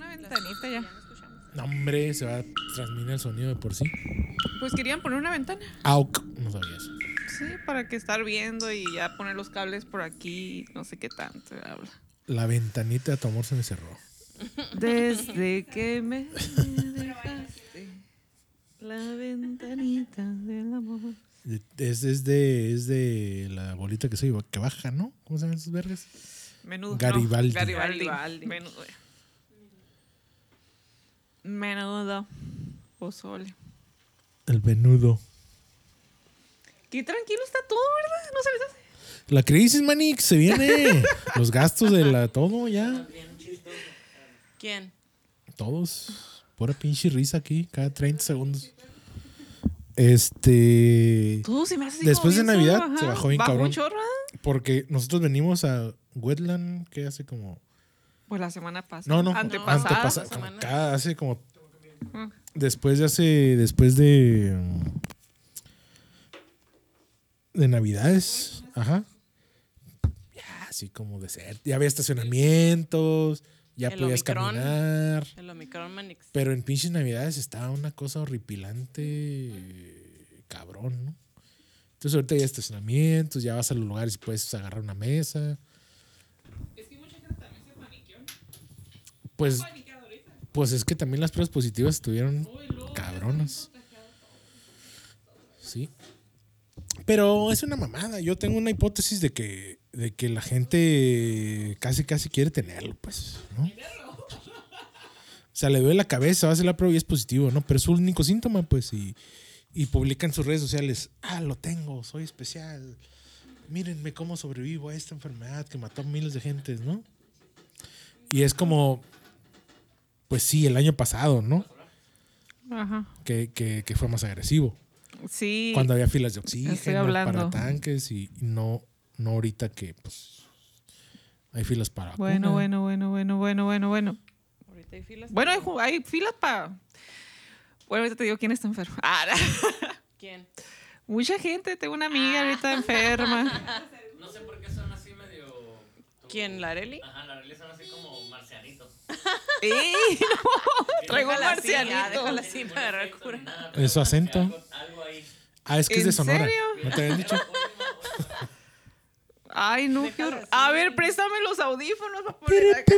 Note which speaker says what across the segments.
Speaker 1: ahorita ya.
Speaker 2: No, hombre, se va a transmitir el sonido de por sí.
Speaker 1: Pues querían poner una ventana.
Speaker 2: Auk, no sabía eso.
Speaker 1: Sí, para que estar viendo y ya poner los cables por aquí, no sé qué tanto habla.
Speaker 2: La ventanita de tu amor se me cerró.
Speaker 1: Desde que me dejaste la ventanita del amor.
Speaker 2: Es, es de, es de la bolita que se que baja, ¿no? ¿Cómo se llaman esos vergas?
Speaker 1: Menudo. no,
Speaker 2: Garibaldi.
Speaker 1: Garibaldi.
Speaker 3: Garibaldi.
Speaker 1: Menudo. Menudo. Pozole.
Speaker 2: El venudo.
Speaker 1: Qué tranquilo está todo, ¿verdad? No se les hace.
Speaker 2: La crisis, Manix, se viene. Los gastos de la todo ya.
Speaker 3: ¿Quién?
Speaker 2: Todos. Pura pinche risa aquí, cada 30 segundos. Este.
Speaker 1: Todo se me hace así
Speaker 2: Después
Speaker 1: como
Speaker 2: de
Speaker 1: bien
Speaker 2: Navidad
Speaker 1: solo,
Speaker 2: se
Speaker 1: ajá.
Speaker 2: bajó bien
Speaker 1: Bajó
Speaker 2: cabrón.
Speaker 1: un chorro, ¿verdad?
Speaker 2: Porque nosotros venimos a Wetland, que hace como.
Speaker 1: Pues la semana pasada.
Speaker 2: No, no,
Speaker 1: Antepasada.
Speaker 2: antepasa-
Speaker 3: Antepasada.
Speaker 2: como cada, hace como.
Speaker 1: Ah.
Speaker 2: Después de hace. Después de. mm, De Navidades. Ajá. Ya, así como de ser. Ya había estacionamientos. Ya
Speaker 3: El
Speaker 2: podías
Speaker 3: Omicron.
Speaker 2: caminar.
Speaker 3: El Omicron Manix.
Speaker 2: Pero en pinches Navidades estaba una cosa horripilante. eh, Cabrón, ¿no? Entonces ahorita hay estacionamientos, ya vas a los lugares y puedes agarrar una mesa. Pues, pues es que también las pruebas positivas estuvieron cabronas. Sí. Pero es una mamada. Yo tengo una hipótesis de que, de que la gente casi casi quiere tenerlo, pues, ¿no? O sea, le duele la cabeza, va a hacer la prueba y es positivo, ¿no? Pero es su único síntoma, pues, y, y publica en sus redes sociales, ah, lo tengo, soy especial. Mírenme cómo sobrevivo a esta enfermedad que mató a miles de gentes, ¿no? Y es como, pues sí, el año pasado, ¿no?
Speaker 1: Ajá.
Speaker 2: Que, que- que fue más agresivo.
Speaker 1: Sí.
Speaker 2: Cuando había filas de oxígeno para
Speaker 1: hablando.
Speaker 2: tanques y y no, no ahorita que, pues, hay filas para
Speaker 1: Bueno,
Speaker 2: vacuna.
Speaker 1: bueno, bueno, bueno, bueno, bueno, bueno.
Speaker 3: Ahorita hay filas.
Speaker 1: Bueno, hay, ju- hay filas para. Bueno, ahorita te digo quién está enfermo. Ah,
Speaker 3: ¿Quién?
Speaker 1: mucha gente. Tengo una amiga ahorita enferma.
Speaker 4: No sé por qué son así medio.
Speaker 3: ¿Quién? ¿La Areli?
Speaker 4: Ajá, la realidad son así como marcianitos.
Speaker 1: ¡Ey! No, traigo un
Speaker 3: Déjala así, ya,
Speaker 1: marcianito.
Speaker 3: déjala así para agarrar cura.
Speaker 2: Es su acento.
Speaker 4: Algo, algo ahí.
Speaker 2: Ah, es que es
Speaker 1: ¿En
Speaker 2: de Sonora.
Speaker 1: serio?
Speaker 2: ¿No te habían dicho?
Speaker 1: Ay, no, qué
Speaker 3: Déjala
Speaker 1: horror.
Speaker 3: así.
Speaker 1: A ver, préstame los audífonos para poner acá.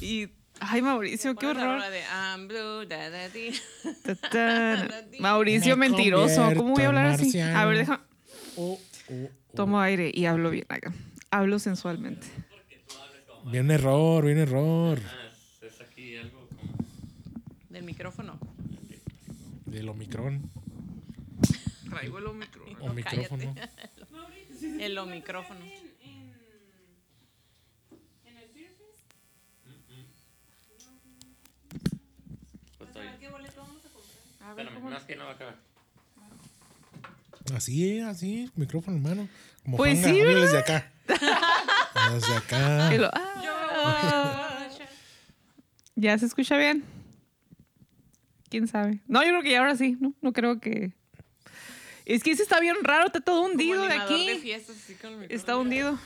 Speaker 1: Y. Ay, Mauricio, qué
Speaker 3: Pones la
Speaker 1: horror.
Speaker 3: rola de I'm blue, da, da, di.
Speaker 1: Tatán. Mauricio
Speaker 2: Me
Speaker 1: mentiroso. ¿Cómo voy a
Speaker 2: convierto
Speaker 1: hablar
Speaker 2: en
Speaker 1: así? A ver,
Speaker 2: marciano.
Speaker 1: deja.
Speaker 2: Oh, oh, oh.
Speaker 1: Tomo aire y hablo bien acá. Hablo sensualmente.
Speaker 2: Viene error, viene error.
Speaker 4: Ah, es- es aquí algo como.
Speaker 3: Del micrófono.
Speaker 2: Del Omicron.
Speaker 1: Traigo el micrófono.
Speaker 2: O micrófono.
Speaker 3: El o micrófono.
Speaker 4: Pues estoy. Espérame, no, es que no va a acabar.
Speaker 2: Así es, así, micrófono en mano. Como
Speaker 1: Pues
Speaker 2: Juanga,
Speaker 1: sí,
Speaker 2: habla
Speaker 1: ¿verdad?
Speaker 2: desde acá. Ah, Desde
Speaker 3: Ah.
Speaker 2: acá.
Speaker 1: ah. ¿Ya se escucha bien? ¿Quién sabe? No, yo creo que ya ahora sí, ¿no? No creo que... Es que ese está bien raro, está todo hundido de aquí. está hundido.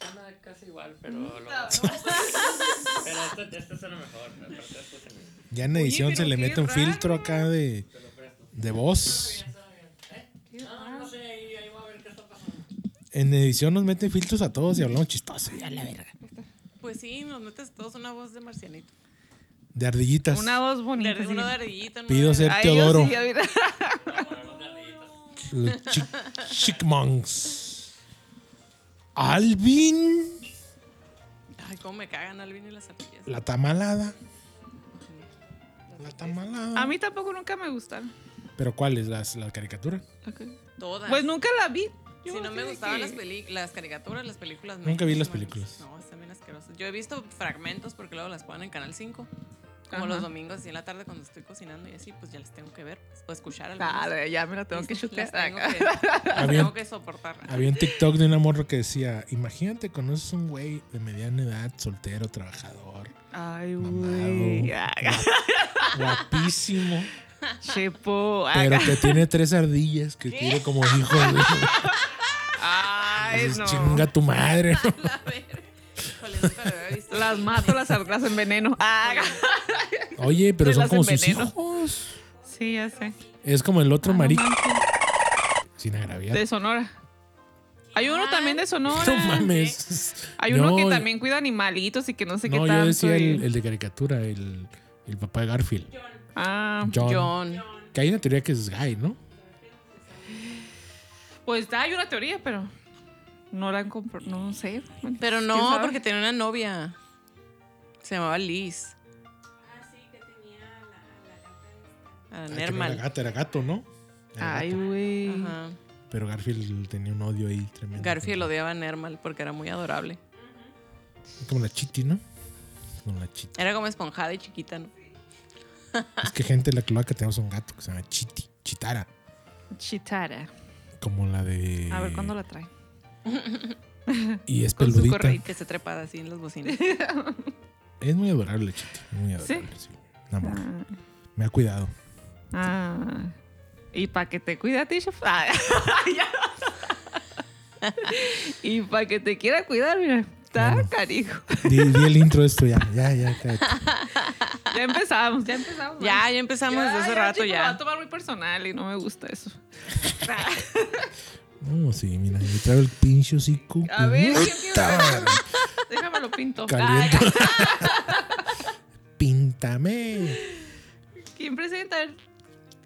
Speaker 4: Suena casi igual, pero. Lo... pero esto, esto suena mejor. Aparte, esto se me.
Speaker 2: Ya en edición
Speaker 1: Oye,
Speaker 2: se
Speaker 1: pero
Speaker 2: le
Speaker 1: qué
Speaker 2: mete un
Speaker 1: raro.
Speaker 2: filtro acá de, de voz.
Speaker 4: No, no sé, ahí, ahí voy a ver qué está pasando.
Speaker 2: En edición nos meten filtros a todos y hablamos chistoso. ya la verga.
Speaker 3: Pues sí, nos metes todos una voz de marcianito.
Speaker 2: De ardillitas.
Speaker 1: Una voz bonita.
Speaker 3: De-
Speaker 1: sí.
Speaker 3: Uno de ardillita. uno
Speaker 2: Pido
Speaker 3: de-
Speaker 2: ser
Speaker 1: Ay, yo
Speaker 2: Pues, Teodoro.
Speaker 1: sí, a ver.
Speaker 2: Los chick- chickmonks. Alvin.
Speaker 3: Ay, cómo me cagan Alvin y las ardillas.
Speaker 2: La tamalada. La tamalada.
Speaker 1: a mí tampoco nunca me gustan.
Speaker 2: ¿Pero cuáles? ¿Las, ¿La caricatura?
Speaker 3: Todas.
Speaker 1: Pues nunca la vi. Yo
Speaker 3: si no me
Speaker 1: sé
Speaker 3: gustaban
Speaker 1: que-
Speaker 3: las, peli- las caricaturas, las películas. me-
Speaker 2: Nunca vi las
Speaker 3: no,
Speaker 2: películas.
Speaker 3: No, están bien asquerosas. Yo he visto fragmentos porque luego las ponen en Canal 5. Como
Speaker 1: Ajá.
Speaker 3: los domingos y en la tarde cuando estoy cocinando y así, pues ya las tengo que ver pues, o escuchar al menos.
Speaker 1: Claro, ya me la tengo que
Speaker 3: Las
Speaker 1: chutear.
Speaker 3: tengo
Speaker 1: acá.
Speaker 3: que- las
Speaker 2: Había-
Speaker 3: tengo que soportar.
Speaker 2: Había un TikTok de una morra que decía, imagínate, conoces un güey de mediana edad, soltero, trabajador,
Speaker 1: Ay,
Speaker 2: mamado,
Speaker 1: güey. Ah,
Speaker 2: guap- guapísimo,
Speaker 1: Chepo. Ah,
Speaker 2: pero que tiene tres ardillas que tiene como hijo. De...
Speaker 1: Ay,
Speaker 2: Dices,
Speaker 1: no.
Speaker 2: Chinga tu madre. ¿no?
Speaker 3: A ver, con Híjole, nunca lo había visto.
Speaker 1: Las mato, las, las enveneno. Ah,
Speaker 2: Oye, pero
Speaker 1: Se
Speaker 2: son
Speaker 1: las
Speaker 2: como sus
Speaker 1: enveneno.
Speaker 2: hijos.
Speaker 1: sí, ya sé.
Speaker 2: Es como el otro
Speaker 1: Ah, no
Speaker 2: marico.
Speaker 1: manches.
Speaker 2: Sin agraviar.
Speaker 1: De Sonora. Hay uno
Speaker 3: Ah.
Speaker 1: también de Sonora.
Speaker 2: No mames.
Speaker 1: eh. Hay uno
Speaker 2: No,
Speaker 1: que
Speaker 2: yo-
Speaker 1: también cuida animalitos y que no sé
Speaker 2: No,
Speaker 1: qué
Speaker 2: yo
Speaker 1: tanto.
Speaker 2: decía
Speaker 1: y-
Speaker 2: el, el de caricatura, el, el papá de Garfield.
Speaker 1: Ah,
Speaker 2: John.
Speaker 3: John.
Speaker 2: Que hay una teoría que es gay, ¿no? Ah,
Speaker 1: pues hay una teoría, pero no la han comprado. No sé.
Speaker 3: Pero
Speaker 1: ¿Quién
Speaker 3: no,
Speaker 1: sabe?
Speaker 3: porque tenía una novia. Se llamaba Liz. Ah,
Speaker 2: Ah,
Speaker 3: sí,
Speaker 2: que
Speaker 3: que
Speaker 2: no
Speaker 3: tenía
Speaker 2: Era
Speaker 3: la,
Speaker 2: gato, era gato, ¿no? Era
Speaker 1: Ay,
Speaker 2: gato.
Speaker 1: güey.
Speaker 3: Ajá.
Speaker 2: Pero Garfield tenía un odio ahí tremendo.
Speaker 3: Garfield odiaba a Nermal porque era muy adorable.
Speaker 2: Como la chiti, ¿no? Como la chiti.
Speaker 3: Era como esponjada y chiquita, ¿no?
Speaker 2: Es que gente en la cloaca tenemos un gato que se llama Chiti, Chitara.
Speaker 1: Chitara.
Speaker 2: Como la de.
Speaker 1: A ver cuándo la trae.
Speaker 2: Y es
Speaker 1: con su
Speaker 2: peludita.
Speaker 1: correita.
Speaker 3: Que se trepada así en las bocinas.
Speaker 2: Es muy adorable, Chiti. Muy adorable, sí. Un amor. Me ha cuidado.
Speaker 1: Ah. Y para que te cuida a ti, chef. Ah, ya. y para que te quiera cuidar, mira. Está
Speaker 2: Bueno.
Speaker 1: carijo.
Speaker 2: Di, di el intro de esto ya. Ya, ya, cállate.
Speaker 1: Ya empezamos, ya empezamos.
Speaker 3: ya, ya empezamos desde hace rato
Speaker 1: chico, lo va a
Speaker 3: ya.
Speaker 1: tomar muy personal y no me gusta eso.
Speaker 2: No, sí, mira, me traigo el pinche hocico.
Speaker 1: A ver, ¿quién
Speaker 2: Puta madre,
Speaker 1: Déjame lo pinto.
Speaker 2: Caliente. Píntame.
Speaker 1: Ay, ¿Quién presenta? A ver,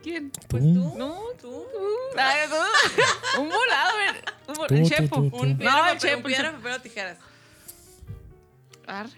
Speaker 1: ¿Quién?
Speaker 2: Tú.
Speaker 1: No,
Speaker 3: ¿Tú?
Speaker 1: Ay, no. un volado, a ver. Un vol-
Speaker 2: Tú,
Speaker 1: el
Speaker 2: tú,
Speaker 1: chepo.
Speaker 2: tú, tú.
Speaker 3: Un piedra,
Speaker 1: No,
Speaker 3: papel,
Speaker 1: el Chepo,
Speaker 3: un
Speaker 1: el
Speaker 3: piedra,
Speaker 1: Chepo.
Speaker 3: papel o tijeras.
Speaker 1: Arre.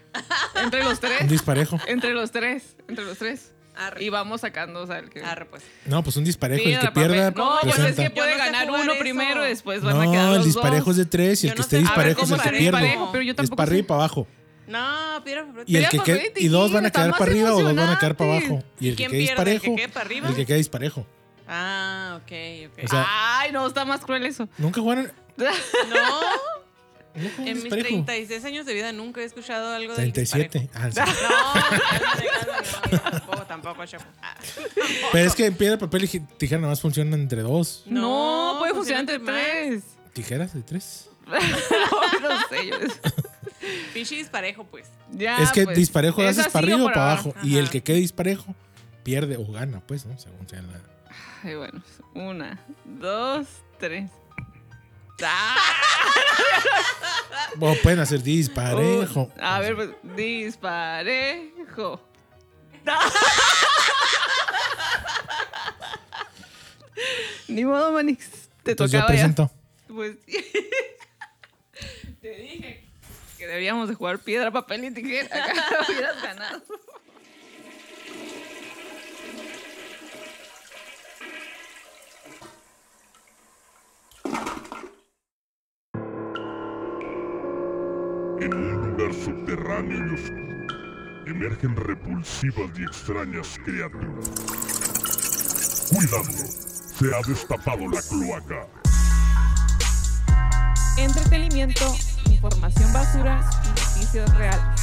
Speaker 1: Entre los
Speaker 2: Un
Speaker 1: tres.
Speaker 2: disparejo.
Speaker 1: Entre los tres. Entre los tres.
Speaker 3: Arre.
Speaker 1: Y vamos sacando, o sea, el que.
Speaker 3: Arre, pues.
Speaker 2: No, pues un disparejo. el que
Speaker 1: Piedra, papel.
Speaker 2: pierda.
Speaker 1: No, pues es
Speaker 2: presenta.
Speaker 1: que puede
Speaker 3: Yo no sé
Speaker 1: ganar
Speaker 3: jugar
Speaker 1: uno
Speaker 3: eso.
Speaker 1: primero y después van a quedar
Speaker 2: No, el
Speaker 1: los
Speaker 2: disparejo
Speaker 1: dos.
Speaker 2: es de tres y el
Speaker 3: Yo
Speaker 2: que
Speaker 3: no
Speaker 2: esté
Speaker 3: sé- a ver,
Speaker 2: disparejo es
Speaker 1: ¿cómo
Speaker 2: el que
Speaker 1: será
Speaker 2: pierde.
Speaker 1: disparejo? Pero yo
Speaker 2: Es
Speaker 1: tampoco
Speaker 2: para arriba y
Speaker 1: sé.
Speaker 2: para abajo.
Speaker 3: No, piedra, papel
Speaker 2: Y, el
Speaker 1: Pero
Speaker 2: que
Speaker 1: ya
Speaker 2: quede-
Speaker 1: perdiste,
Speaker 2: y dos van a
Speaker 1: está
Speaker 2: quedar
Speaker 1: más
Speaker 2: para arriba o dos van a quedar para
Speaker 1: emocionante.
Speaker 2: abajo. Y el que
Speaker 3: ¿Quién
Speaker 2: quede
Speaker 3: pierde? ¿El que
Speaker 2: disparejo.
Speaker 3: quede para arriba?
Speaker 2: El que quede disparejo.
Speaker 3: Ah, ok, ok.
Speaker 2: O sea-
Speaker 1: Ay, no, está más cruel eso.
Speaker 2: Nunca jugaron.
Speaker 3: Ah, no,
Speaker 2: Nunca jugaron
Speaker 3: en mis
Speaker 2: disparejo.
Speaker 3: 36 años de vida nunca he escuchado algo de
Speaker 2: 37. Ah, sí.
Speaker 3: No, no, no, no, tampoco, tampoco, Chapo. Ah,
Speaker 2: Pero es que en piedra, papel y tijera nada más funcionan entre dos.
Speaker 1: No, puede
Speaker 3: pues
Speaker 1: funcionar entre
Speaker 3: funciona entre
Speaker 1: tres.
Speaker 2: Tijeras de tres.
Speaker 1: no, no sé yo eso.
Speaker 3: Pichi disparejo, pues.
Speaker 1: Ya,
Speaker 2: es que
Speaker 1: pues,
Speaker 2: disparejo
Speaker 1: ¿es
Speaker 2: haces
Speaker 1: así
Speaker 2: para arriba o para abajo. Y el
Speaker 3: Ajá.
Speaker 2: que quede disparejo pierde o gana, pues, ¿no? Según sea la.
Speaker 1: Ay, bueno, una, dos, tres.
Speaker 2: O pueden hacer disparejo.
Speaker 1: Uh, a ver, pues, disparejo. Ni modo, Manix. Te
Speaker 2: Entonces yo
Speaker 1: tocaba ya.
Speaker 2: presento.
Speaker 1: Pues te dije que debíamos de jugar piedra, papel y tijera. Acá hubieras ganado.
Speaker 5: En un lugar subterráneo y oscuro emergen repulsivas y extrañas criaturas. Cuidado, se ha destapado la cloaca.
Speaker 1: Entretenimiento, información basura y noticias reales.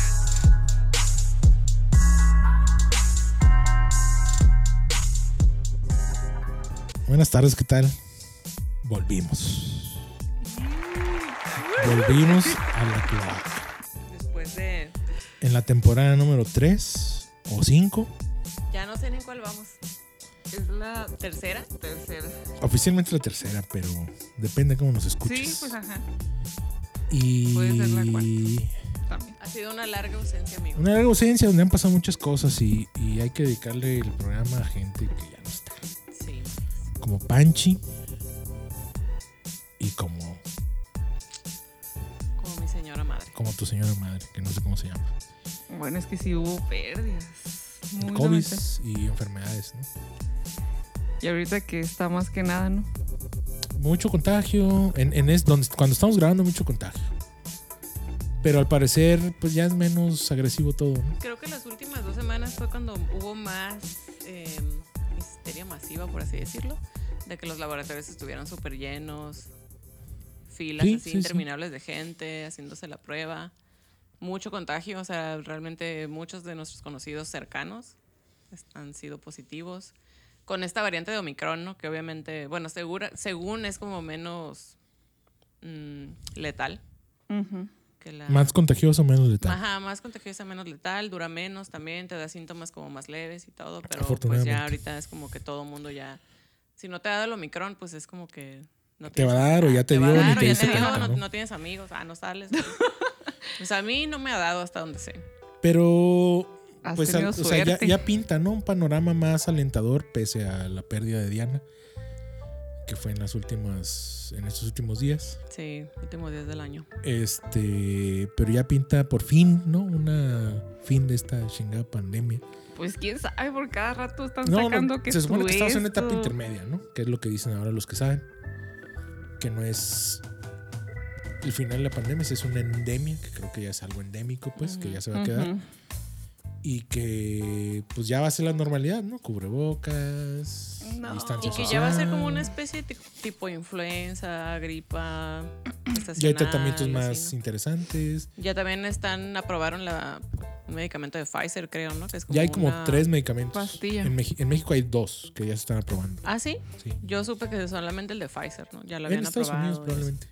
Speaker 2: Buenas tardes, ¿qué tal? Volvimos. Volvimos a la cloaca.
Speaker 3: Después de.
Speaker 2: En la temporada número 3 o 5,
Speaker 3: Ya no sé ni en cuál vamos.
Speaker 1: Es la
Speaker 3: ¿Tercera?
Speaker 1: tercera.
Speaker 2: oficialmente la tercera, pero depende cómo nos escuches.
Speaker 1: Sí, pues ajá.
Speaker 2: y
Speaker 1: puede ser la También.
Speaker 3: Ha sido una larga ausencia, amigo.
Speaker 2: Una larga ausencia donde han pasado muchas cosas y, y hay que dedicarle el programa a gente que ya no está.
Speaker 3: Sí.
Speaker 2: Como Panchi y como,
Speaker 3: Como mi señora madre.
Speaker 2: como tu señora madre, que no sé cómo se llama.
Speaker 1: Bueno, es que sí hubo pérdidas. Muy
Speaker 2: El COVID
Speaker 1: lamentable.
Speaker 2: y enfermedades, ¿no?
Speaker 1: Y ahorita que está más que nada, ¿no?
Speaker 2: Mucho contagio. En, en es donde, cuando estamos grabando, mucho contagio. Pero al parecer, pues ya es menos agresivo todo, ¿no?
Speaker 3: Creo que las últimas dos semanas fue cuando hubo más eh, histeria masiva, por así decirlo, de que los laboratorios estuvieran súper llenos, filas
Speaker 2: Sí,
Speaker 3: así
Speaker 2: sí, sí.
Speaker 3: interminables de gente haciéndose la prueba, mucho contagio, o sea, realmente muchos de nuestros conocidos cercanos es- han sido positivos. Con esta variante de Omicron, ¿no? que obviamente, bueno, segura, según es como menos mm, letal, que la...
Speaker 2: Más contagioso, menos letal.
Speaker 3: Ajá, más contagiosa, menos letal, dura menos también, te da síntomas como más leves y todo, pero pues
Speaker 2: Afortunadamente.
Speaker 3: ya ahorita es como que todo mundo ya... Si no te ha dado el Omicron, pues es como que... No
Speaker 2: Te va a dar o ya te
Speaker 3: va a
Speaker 2: dio, ni
Speaker 3: dar,
Speaker 2: te
Speaker 3: o ya
Speaker 2: diste
Speaker 3: te dio,
Speaker 2: cuenta,
Speaker 3: no,
Speaker 2: ¿no?
Speaker 3: no tienes amigos, ah, no sales. pues a mí no me ha dado hasta donde sé.
Speaker 2: Pero,
Speaker 1: Has
Speaker 2: pues,
Speaker 1: tenido
Speaker 2: al- o sea, ya,
Speaker 1: suerte.
Speaker 2: ya pinta, ¿no? Un panorama más alentador pese a la pérdida de Diana, que fue en las últimas, en estos últimos días.
Speaker 3: Sí, últimos días del año.
Speaker 2: Este, pero ya pinta por fin, ¿no? Una fin de esta chingada pandemia.
Speaker 1: Pues quién sabe, por cada rato están
Speaker 2: No,
Speaker 1: sacando
Speaker 2: no,
Speaker 1: que
Speaker 2: se supone que
Speaker 1: esto,
Speaker 2: estamos en una etapa
Speaker 1: esto.
Speaker 2: intermedia, ¿no? Que es lo que dicen ahora los que saben. Que no es el final de la pandemia, si es una endemia, que creo que ya es algo endémico, pues, que ya se va a quedar.
Speaker 1: Ujú.
Speaker 2: Y que pues ya va a ser la normalidad, ¿no? Cubrebocas,
Speaker 1: No.
Speaker 2: distancia
Speaker 3: Y que ya va a ser como
Speaker 2: social.
Speaker 3: una especie de ti- tipo influenza, gripa,
Speaker 2: Ya hay
Speaker 3: estacional,
Speaker 2: tratamientos
Speaker 3: así,
Speaker 2: más
Speaker 3: ¿no?
Speaker 2: interesantes.
Speaker 3: Ya también están, aprobaron la, un medicamento de Pfizer, creo, ¿no? Que es
Speaker 2: ya hay como
Speaker 3: una-
Speaker 2: tres medicamentos.
Speaker 1: pastilla.
Speaker 2: En, Meji- en México hay dos que ya se están aprobando.
Speaker 3: Ah, sí.
Speaker 2: Sí.
Speaker 3: Yo supe que solamente el de Pfizer, ¿no? Ya lo
Speaker 2: En
Speaker 3: habían
Speaker 2: Estados Unidos
Speaker 3: aprobado. y eso.
Speaker 2: probablemente.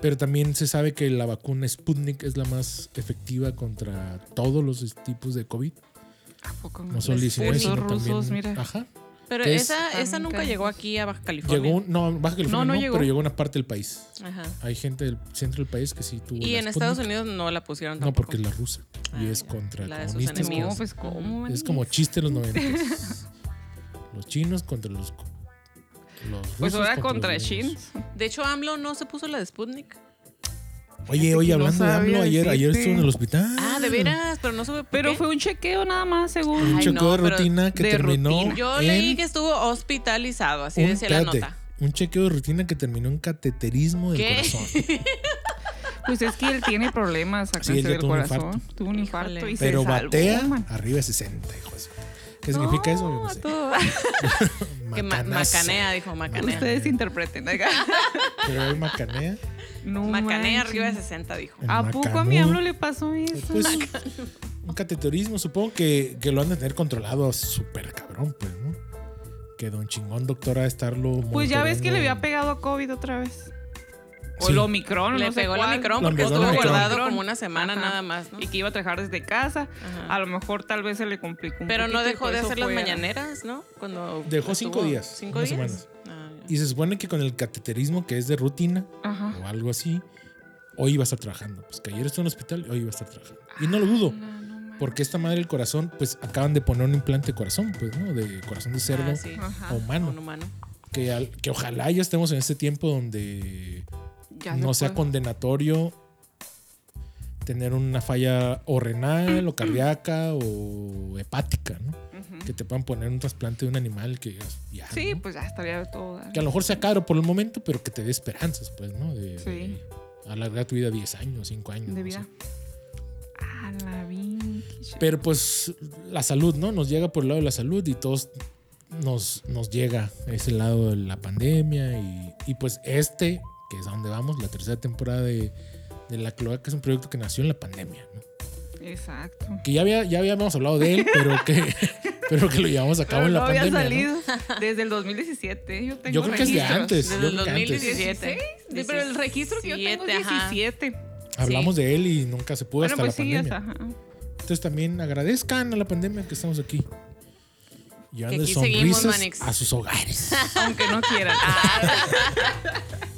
Speaker 2: Pero también se sabe que la vacuna Sputnik es la más efectiva contra todos los tipos de COVID.
Speaker 1: ¿A poco?
Speaker 2: No solo 19, sino
Speaker 1: Los rusos,
Speaker 2: también...
Speaker 1: mira.
Speaker 2: Ajá.
Speaker 3: Pero
Speaker 2: Que es-
Speaker 3: esa, esa
Speaker 1: Tan
Speaker 3: nunca
Speaker 1: cañosos.
Speaker 3: llegó aquí a Baja California.
Speaker 2: Llegó, un- no, Baja California
Speaker 1: No, no
Speaker 2: no,
Speaker 1: llegó.
Speaker 2: pero llegó una parte del país.
Speaker 3: Ajá.
Speaker 2: Hay gente del centro del país que sí tuvo
Speaker 3: Y
Speaker 2: la
Speaker 3: en
Speaker 2: Sputnik.
Speaker 3: Estados Unidos no la pusieron
Speaker 2: No,
Speaker 3: tampoco.
Speaker 2: porque es la rusa. Y
Speaker 3: Ah,
Speaker 2: es
Speaker 3: ya.
Speaker 2: contra
Speaker 3: La de sus
Speaker 2: comunistas.
Speaker 3: enemigos.
Speaker 1: No,
Speaker 2: como-
Speaker 1: pues cómo.
Speaker 2: Es como chiste de los 90. los chinos contra los. co- los
Speaker 1: Pues
Speaker 2: rusos
Speaker 1: ahora
Speaker 2: contra
Speaker 1: contra
Speaker 2: los
Speaker 1: Shin.
Speaker 2: gringos.
Speaker 3: De hecho, AMLO no se puso la de Sputnik.
Speaker 2: Oye, oye,
Speaker 1: no
Speaker 2: hablando de AMLO,
Speaker 1: sabía
Speaker 2: ayer, ayer
Speaker 1: decirte.
Speaker 2: estuvo en el hospital.
Speaker 3: Ah, de veras, pero no supe por
Speaker 1: Pero
Speaker 3: qué.
Speaker 1: fue un chequeo nada más, según.
Speaker 2: Un
Speaker 3: Ay,
Speaker 2: chequeo
Speaker 3: no,
Speaker 2: de
Speaker 3: pero
Speaker 2: rutina que
Speaker 1: de
Speaker 2: terminó.
Speaker 1: rutina.
Speaker 3: Yo
Speaker 2: en
Speaker 3: leí que estuvo hospitalizado, así
Speaker 2: un-
Speaker 3: decía la
Speaker 2: espérate,
Speaker 3: nota.
Speaker 2: Un chequeo de rutina que terminó en cateterismo del
Speaker 3: ¿Qué?
Speaker 2: corazón.
Speaker 1: Pues es que él tiene problemas acá
Speaker 2: Sí, él ya
Speaker 1: del
Speaker 2: tuvo un
Speaker 1: corazón.
Speaker 2: infarto.
Speaker 1: Tuvo un infarto
Speaker 3: Híjole.
Speaker 1: y
Speaker 2: Pero
Speaker 1: se salvó.
Speaker 2: batea
Speaker 1: man.
Speaker 2: arriba de 60, hijo de su- ¿Qué significa eso? Yo no sé.
Speaker 1: todo.
Speaker 3: Oh, Que ma-
Speaker 2: Macanazo.
Speaker 3: macanea, dijo, macanea.
Speaker 1: Ustedes interpreten. oiga.
Speaker 2: Pero él macanea.
Speaker 1: No
Speaker 3: Macanea
Speaker 1: manches.
Speaker 3: arriba de 60, dijo.
Speaker 2: el
Speaker 1: ¿A poco a mi
Speaker 2: macanudo.
Speaker 1: AMLO le pasó eso?
Speaker 2: Pues, un cateterismo, supongo que, que lo han de tener controlado súper cabrón, pues, ¿no? Que don chingón doctora estarlo.
Speaker 1: Pues ya ves que le había
Speaker 2: monitoreando.
Speaker 1: pegado a COVID otra vez. O
Speaker 2: Sí.
Speaker 1: el Omicron,
Speaker 3: Le
Speaker 1: no sé
Speaker 3: pegó el
Speaker 1: cuál.
Speaker 3: Omicron
Speaker 2: Le
Speaker 3: porque
Speaker 2: pegó el
Speaker 3: estuvo
Speaker 2: Omicron.
Speaker 3: guardado como una semana nada más, ¿no?
Speaker 1: Y que iba a trabajar desde casa.
Speaker 3: Ajá.
Speaker 1: A lo mejor tal vez se le complicó un
Speaker 3: Pero no
Speaker 1: poquito y
Speaker 3: dejó
Speaker 1: por
Speaker 3: de
Speaker 1: eso
Speaker 3: hacer las
Speaker 1: fue a-
Speaker 3: mañaneras, ¿no? Cuando
Speaker 2: Dejó cinco
Speaker 3: estuvo-
Speaker 2: días,
Speaker 3: Cinco
Speaker 2: unas
Speaker 3: días. Ah, ya.
Speaker 2: Y se supone que con el cateterismo, que es de rutina
Speaker 1: Ajá.
Speaker 2: o algo así, hoy iba a estar trabajando. Pues que ayer estuvo en el hospital y hoy iba a estar trabajando. Y
Speaker 1: Ah,
Speaker 2: no lo dudo, porque esta madre del corazón, pues acaban de poner un implante de corazón, pues, ¿no? De corazón de cerdo
Speaker 3: Ah, sí.
Speaker 1: Ajá.
Speaker 2: a humano.
Speaker 3: Un humano.
Speaker 2: Que, al- que ojalá ya estemos en este tiempo donde
Speaker 1: Ya
Speaker 2: no sea
Speaker 1: puede.
Speaker 2: condenatorio tener una falla o renal o cardíaca o hepática, ¿no? Que te puedan poner un trasplante de un animal que digas, ya,
Speaker 1: Sí,
Speaker 2: ¿no?
Speaker 1: pues ya estaría todo.
Speaker 2: Que a lo mejor sea caro por el momento, pero que te dé esperanzas, pues, ¿no? De,
Speaker 1: Sí.
Speaker 2: de alargar tu vida 10 años, 5 años.
Speaker 1: De
Speaker 2: no
Speaker 1: vida.
Speaker 2: sé.
Speaker 1: A la vinche.
Speaker 2: Pero pues la salud, ¿no? Nos llega por el lado de la salud y todos nos, nos llega ese lado de la pandemia y, y, pues este, que es a donde vamos, la tercera temporada de, de La Cloaca es un proyecto que nació en la pandemia, ¿no?
Speaker 1: Exacto.
Speaker 2: Que ya, había, ya habíamos hablado de él, pero que, pero que lo llevamos a cabo
Speaker 1: Pero
Speaker 2: en la
Speaker 1: no había
Speaker 2: pandemia. ¿no?
Speaker 1: salido desde el 2017. Yo, tengo
Speaker 2: Yo creo que es de
Speaker 1: registros.
Speaker 2: antes.
Speaker 3: Desde
Speaker 2: yo
Speaker 3: el
Speaker 2: creo que antes.
Speaker 3: 2017.
Speaker 1: Sí, pero el registro que yo tengo es
Speaker 3: 17,
Speaker 1: 17.
Speaker 3: ajá.
Speaker 2: Hablamos de él y nunca se pudo
Speaker 1: Bueno,
Speaker 2: hasta
Speaker 1: pues
Speaker 2: la
Speaker 1: sí,
Speaker 2: pandemia.
Speaker 1: es, ajá.
Speaker 2: Entonces también agradezcan a la pandemia que estamos aquí. Llevando
Speaker 3: aquí seguimos,
Speaker 2: sonrisas
Speaker 3: Manix.
Speaker 2: a sus hogares.
Speaker 1: Aunque no quieran.
Speaker 3: Ah.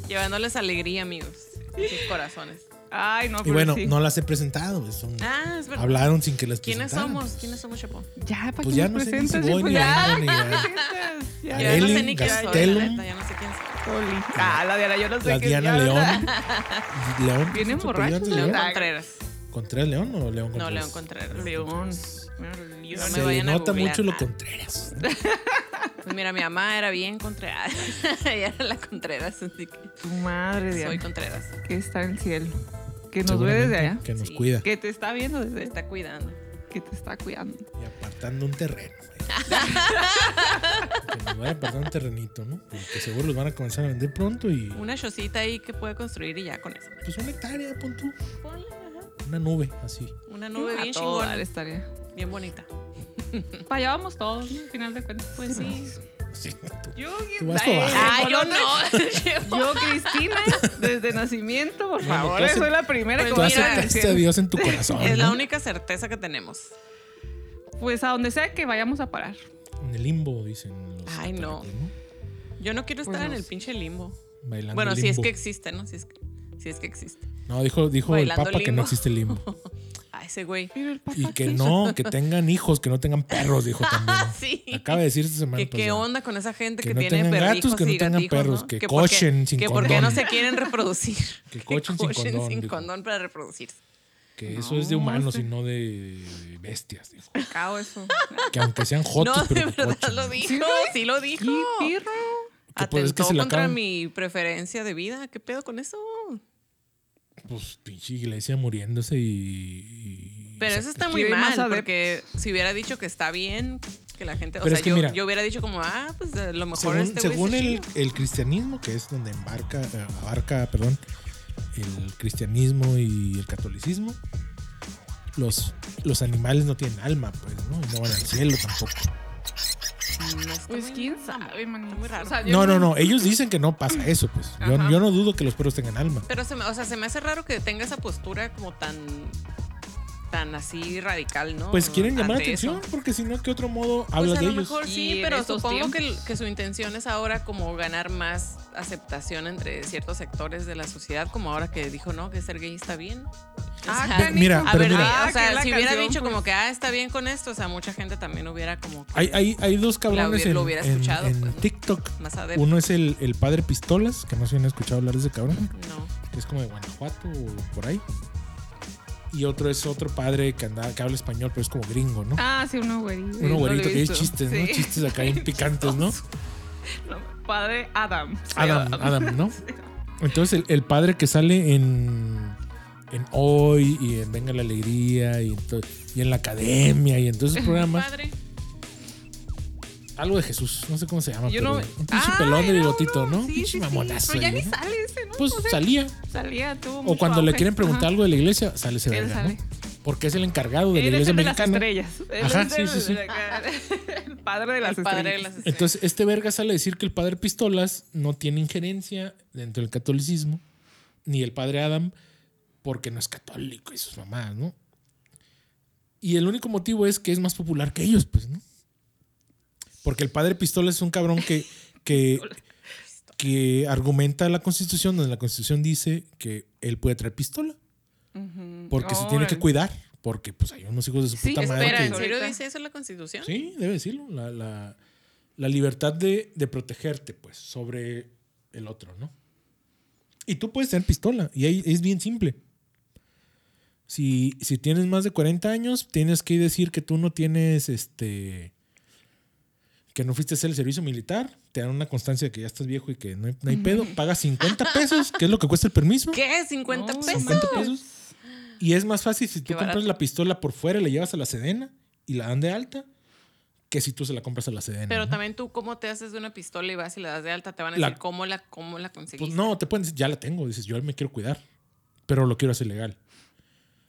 Speaker 3: Llevándoles alegría, amigos. En sus corazones.
Speaker 1: Ay, no,
Speaker 2: Y
Speaker 1: pero
Speaker 2: bueno,
Speaker 1: Pues sí.
Speaker 2: no las he presentado. son-
Speaker 3: Ah, es verdad.
Speaker 2: hablaron sin que las
Speaker 3: ¿Quiénes
Speaker 2: presentara.
Speaker 3: somos? ¿Quiénes somos, Chapo?
Speaker 1: Ya, ¿para
Speaker 2: Pues
Speaker 1: qué
Speaker 2: ya
Speaker 1: me
Speaker 2: no sé ni si
Speaker 1: presentas?
Speaker 2: voy,
Speaker 1: Pues
Speaker 2: ni
Speaker 1: ya,
Speaker 2: vengo, ni
Speaker 1: ¿para qué
Speaker 2: nada.
Speaker 1: me presentas? Ya,
Speaker 3: Ya no sé
Speaker 2: Arely
Speaker 3: ni quién soy,
Speaker 2: Gastelum.
Speaker 3: la neta, ya no sé quién soy.
Speaker 1: Oli. Ah, la Diana, yo no sé
Speaker 2: La
Speaker 1: qué
Speaker 2: Diana
Speaker 1: diablos.
Speaker 2: León. León.
Speaker 1: Vienen
Speaker 2: ¿es su apellido
Speaker 1: borrachos,
Speaker 2: antes de
Speaker 1: ¿no?
Speaker 2: León?
Speaker 3: León
Speaker 1: Exacto.
Speaker 3: Contreras.
Speaker 2: ¿Contreras León o León Contreras?
Speaker 3: No, León Contreras.
Speaker 1: León.
Speaker 3: No me
Speaker 2: Se le
Speaker 3: vayan a
Speaker 2: nota
Speaker 3: googlear.
Speaker 2: mucho lo
Speaker 3: Ah.
Speaker 2: Contreras.
Speaker 3: Pues mira, mi mamá era bien Contreras. Ella era la Contreras, así que
Speaker 1: Tu madre,
Speaker 3: soy
Speaker 1: Diana,
Speaker 3: Contreras.
Speaker 1: que está en el cielo. Que nos ve desde allá.
Speaker 2: Seguramente Que nos
Speaker 3: Sí.
Speaker 2: cuida.
Speaker 1: Que te está viendo desde
Speaker 3: Me está cuidando.
Speaker 1: Que te está cuidando.
Speaker 2: Y apartando un terreno. güey. que nos vaya apartando un terrenito, ¿no? Porque seguro los van a comenzar a vender pronto y.
Speaker 3: Una chocita ahí que puede construir y ya con eso.
Speaker 2: Pues una hectárea, pon tú.
Speaker 3: Ponle, ajá.
Speaker 2: Una nube, así.
Speaker 3: Una nube
Speaker 1: A
Speaker 3: bien
Speaker 1: todo
Speaker 3: chingona,
Speaker 1: dar estaría.
Speaker 3: bien bonita.
Speaker 1: Para allá vamos todos, ¿no? al final de cuentas.
Speaker 3: Pues sí.
Speaker 1: Yo,
Speaker 2: Tú vas por
Speaker 1: Ay,
Speaker 2: abajo.
Speaker 3: Ah, yo
Speaker 1: colores.
Speaker 3: no. Llevo-
Speaker 1: Yo, Cristina, desde nacimiento, por
Speaker 2: Bueno,
Speaker 1: favor,
Speaker 2: tú hace-
Speaker 1: soy la primera que
Speaker 2: Tú
Speaker 1: voy a
Speaker 3: mira,
Speaker 2: aceptaste
Speaker 1: decir.
Speaker 2: a Dios en tu corazón.
Speaker 3: Es la
Speaker 2: ¿no?
Speaker 3: única certeza que tenemos.
Speaker 1: Pues a donde sea que vayamos a parar.
Speaker 2: En el limbo, dicen los.
Speaker 3: Ay, no.
Speaker 2: católicos, ¿no?
Speaker 3: Yo no quiero estar
Speaker 1: Pues no
Speaker 3: en el
Speaker 1: sé.
Speaker 3: pinche limbo.
Speaker 2: Bailando
Speaker 3: bueno, si es
Speaker 2: limbo.
Speaker 3: que existe, ¿no? Si es que, si es que existe.
Speaker 2: No, dijo, dijo el
Speaker 3: Bailando
Speaker 2: Papa que no
Speaker 3: limbo.
Speaker 2: existe el limbo.
Speaker 3: Ah, ese güey.
Speaker 1: Pero el papá
Speaker 2: Y que
Speaker 1: sí.
Speaker 2: no, que tengan hijos, que no tengan perros, dijo también.
Speaker 3: Ah, Sí.
Speaker 2: Acaba de decir esta semana. pues,
Speaker 3: ¿Qué, qué
Speaker 2: pasada.
Speaker 3: onda con esa gente
Speaker 2: que
Speaker 3: que,
Speaker 2: no
Speaker 3: tiene
Speaker 2: tengan gatos,
Speaker 3: perrijos
Speaker 2: que no
Speaker 3: y
Speaker 2: tengan
Speaker 3: gatijos,
Speaker 2: perros,
Speaker 3: ¿no?
Speaker 2: que
Speaker 3: por qué-
Speaker 2: cochen sin
Speaker 3: que por qué no
Speaker 2: condón.
Speaker 3: se quieren reproducir.
Speaker 2: Que cochen sin condón,
Speaker 3: sin
Speaker 2: dijo.
Speaker 3: condón para reproducirse.
Speaker 2: Que eso es de
Speaker 1: No,
Speaker 2: humanos
Speaker 1: sí.
Speaker 2: y no de bestias. dijo.
Speaker 1: Cago eso.
Speaker 2: Que aunque sean jotos,
Speaker 3: no, de
Speaker 2: pero que
Speaker 3: verdad
Speaker 2: cochen.
Speaker 3: lo dijo.
Speaker 1: Sí,
Speaker 3: Sí
Speaker 1: ¿no?
Speaker 3: lo, dijo.
Speaker 1: ¿Qué pirro?
Speaker 2: Que pues es que
Speaker 3: Atentó
Speaker 2: se le
Speaker 3: contra
Speaker 2: acaban-
Speaker 3: mi preferencia de vida. ¿Qué pedo con eso?
Speaker 2: Pues pinche iglesia muriéndose y. y-
Speaker 3: Pero
Speaker 2: y-
Speaker 3: eso está muy
Speaker 1: Quiero ir
Speaker 3: mal,
Speaker 1: más adeptos.
Speaker 3: porque si hubiera dicho que está bien, que la gente... O
Speaker 2: Pero
Speaker 3: sea,
Speaker 2: es que
Speaker 3: yo,
Speaker 2: mira.
Speaker 3: yo hubiera dicho como, ah, pues a lo mejor
Speaker 2: Según,
Speaker 3: este güey
Speaker 2: según
Speaker 3: se
Speaker 2: el,
Speaker 3: chingó.
Speaker 2: el cristianismo, que es donde embarca, eh, abarca perdón, el cristianismo y el catolicismo, los, los animales no tienen alma, pues, ¿no? Y no van al cielo tampoco.
Speaker 3: No está
Speaker 1: Pues
Speaker 3: muy-
Speaker 1: quién sabe, man.
Speaker 3: Está muy raro.
Speaker 1: O sea, yo
Speaker 2: No, no, no. Ellos dicen que no pasa eso, pues. Yo,
Speaker 1: Ajá.
Speaker 2: yo no dudo que los perros tengan alma.
Speaker 3: Pero se me, o sea, se me hace raro que tenga esa postura como tan tan así radical, ¿no?
Speaker 2: Pues quieren llamar la
Speaker 3: Ante eso.
Speaker 2: atención, porque si no, ¿qué otro modo
Speaker 3: Pues
Speaker 2: hablas
Speaker 3: a
Speaker 2: de
Speaker 3: lo
Speaker 2: ellos?
Speaker 3: mejor
Speaker 1: Y
Speaker 3: sí,
Speaker 1: en
Speaker 3: pero
Speaker 1: estos
Speaker 3: supongo que, el- que su intención es ahora como ganar más aceptación entre ciertos sectores de la sociedad, como ahora que dijo, no, que ser gay está bien.
Speaker 1: Ah,
Speaker 3: O sea,
Speaker 1: canijo.
Speaker 2: mira,
Speaker 3: a
Speaker 2: pero
Speaker 3: ver,
Speaker 2: mira.
Speaker 3: eh, o
Speaker 1: Ah, que
Speaker 3: sea,
Speaker 1: la
Speaker 3: si hubiera
Speaker 1: canción,
Speaker 3: dicho
Speaker 1: pues.
Speaker 3: como que, ah, está bien con esto, o sea, mucha gente también hubiera como que
Speaker 2: Hay, hay, hay dos
Speaker 3: La
Speaker 2: cabrones
Speaker 3: hubiera-
Speaker 2: en,
Speaker 3: lo hubiera
Speaker 2: en-
Speaker 3: escuchado,
Speaker 2: en
Speaker 3: pues.
Speaker 2: TikTok.
Speaker 3: más adepto.
Speaker 2: Uno es el, el padre Pistolas, que no se han escuchado hablar de ese cabrón.
Speaker 3: No.
Speaker 2: que es como de Guanajuato o por ahí. Y otro es otro padre que, anda, que habla español, pero es como gringo, ¿no?
Speaker 1: Ah, sí, uno güerito.
Speaker 2: Uno güerito que
Speaker 1: es
Speaker 2: dice chistes, ¿no? Chistes acá bien picantes, ¿no?
Speaker 1: Padre Adam. Sí,
Speaker 2: Adam, Adam, ¿no? Entonces el, el padre que sale en, en Hoy y en Venga la Alegría y en, to- y en la Academia y en todos esos programas,
Speaker 3: Padre.
Speaker 2: algo de Jesús, no sé cómo se llama,
Speaker 1: Yo
Speaker 2: pero
Speaker 1: no-
Speaker 2: un pinche
Speaker 1: Ay,
Speaker 2: pelón de
Speaker 1: no,
Speaker 2: bigotito, ¿no? Un
Speaker 1: Sí,
Speaker 2: pinche
Speaker 1: sí, sí.
Speaker 2: mamonazo.
Speaker 1: Pero ya
Speaker 2: ahí,
Speaker 1: ni
Speaker 2: ¿no?
Speaker 1: sale ese, ¿no?
Speaker 2: Pues
Speaker 1: O sea,
Speaker 2: salía.
Speaker 1: salía, tuvo
Speaker 2: O
Speaker 1: mucho
Speaker 2: cuando le
Speaker 1: auge.
Speaker 2: quieren preguntar
Speaker 1: Ajá.
Speaker 2: algo de la iglesia, sale ese
Speaker 1: Él
Speaker 2: verga, ¿no?
Speaker 1: sale.
Speaker 2: Porque es el encargado de la
Speaker 1: Él es
Speaker 2: iglesia
Speaker 1: el de las
Speaker 2: mexicana.
Speaker 1: estrellas. Él
Speaker 2: Ajá,
Speaker 1: es
Speaker 2: sí,
Speaker 1: el-
Speaker 2: sí, sí.
Speaker 1: El padre de las
Speaker 3: el padre de
Speaker 1: estrellas.
Speaker 3: las estrellas.
Speaker 2: Entonces, este verga sale a decir que el padre Pistolas no tiene injerencia dentro del catolicismo, ni el padre Adam, porque no es católico y sus mamás, ¿no? Y el único motivo es que es más popular que ellos, pues, ¿no? Porque el padre Pistolas es un cabrón que, que, que argumenta la constitución, donde la constitución dice que él puede traer pistola, porque se tiene que
Speaker 1: Órale.
Speaker 2: cuidar, porque pues hay unos hijos de su
Speaker 1: Sí,
Speaker 2: puta
Speaker 1: espera,
Speaker 2: madre.
Speaker 3: Espera,
Speaker 2: que-
Speaker 3: ¿en serio
Speaker 1: Ahorita.
Speaker 3: dice eso la Constitución?
Speaker 2: Sí, debe decirlo. La, la- la libertad de, de protegerte, pues, sobre el otro, ¿no? Y tú puedes tener pistola. Y ahí es bien simple. Si, si tienes más de 40 años, tienes que decir que tú no tienes este. que no fuiste a hacer el servicio militar. Te dan una constancia de que ya estás viejo y que no hay, no hay pedo. Pagas 50 pesos, que es lo que cuesta el permiso.
Speaker 3: ¿Qué? ¿50
Speaker 1: No,
Speaker 3: pesos?
Speaker 2: 50 pesos. Y es más fácil si tú
Speaker 3: Qué
Speaker 2: compras
Speaker 3: barato.
Speaker 2: la pistola por fuera y la llevas a la Sedena y la dan de alta que si tú se la compras a la Sedena.
Speaker 3: Pero
Speaker 2: ¿no?
Speaker 3: también tú, ¿cómo te haces de una pistola y vas y la das de alta? Te van a
Speaker 2: La-
Speaker 3: decir cómo la, cómo la
Speaker 2: Pues
Speaker 3: conseguiste.
Speaker 2: no, te pueden decir, ya la tengo. Dices, yo me quiero cuidar, pero lo quiero hacer legal.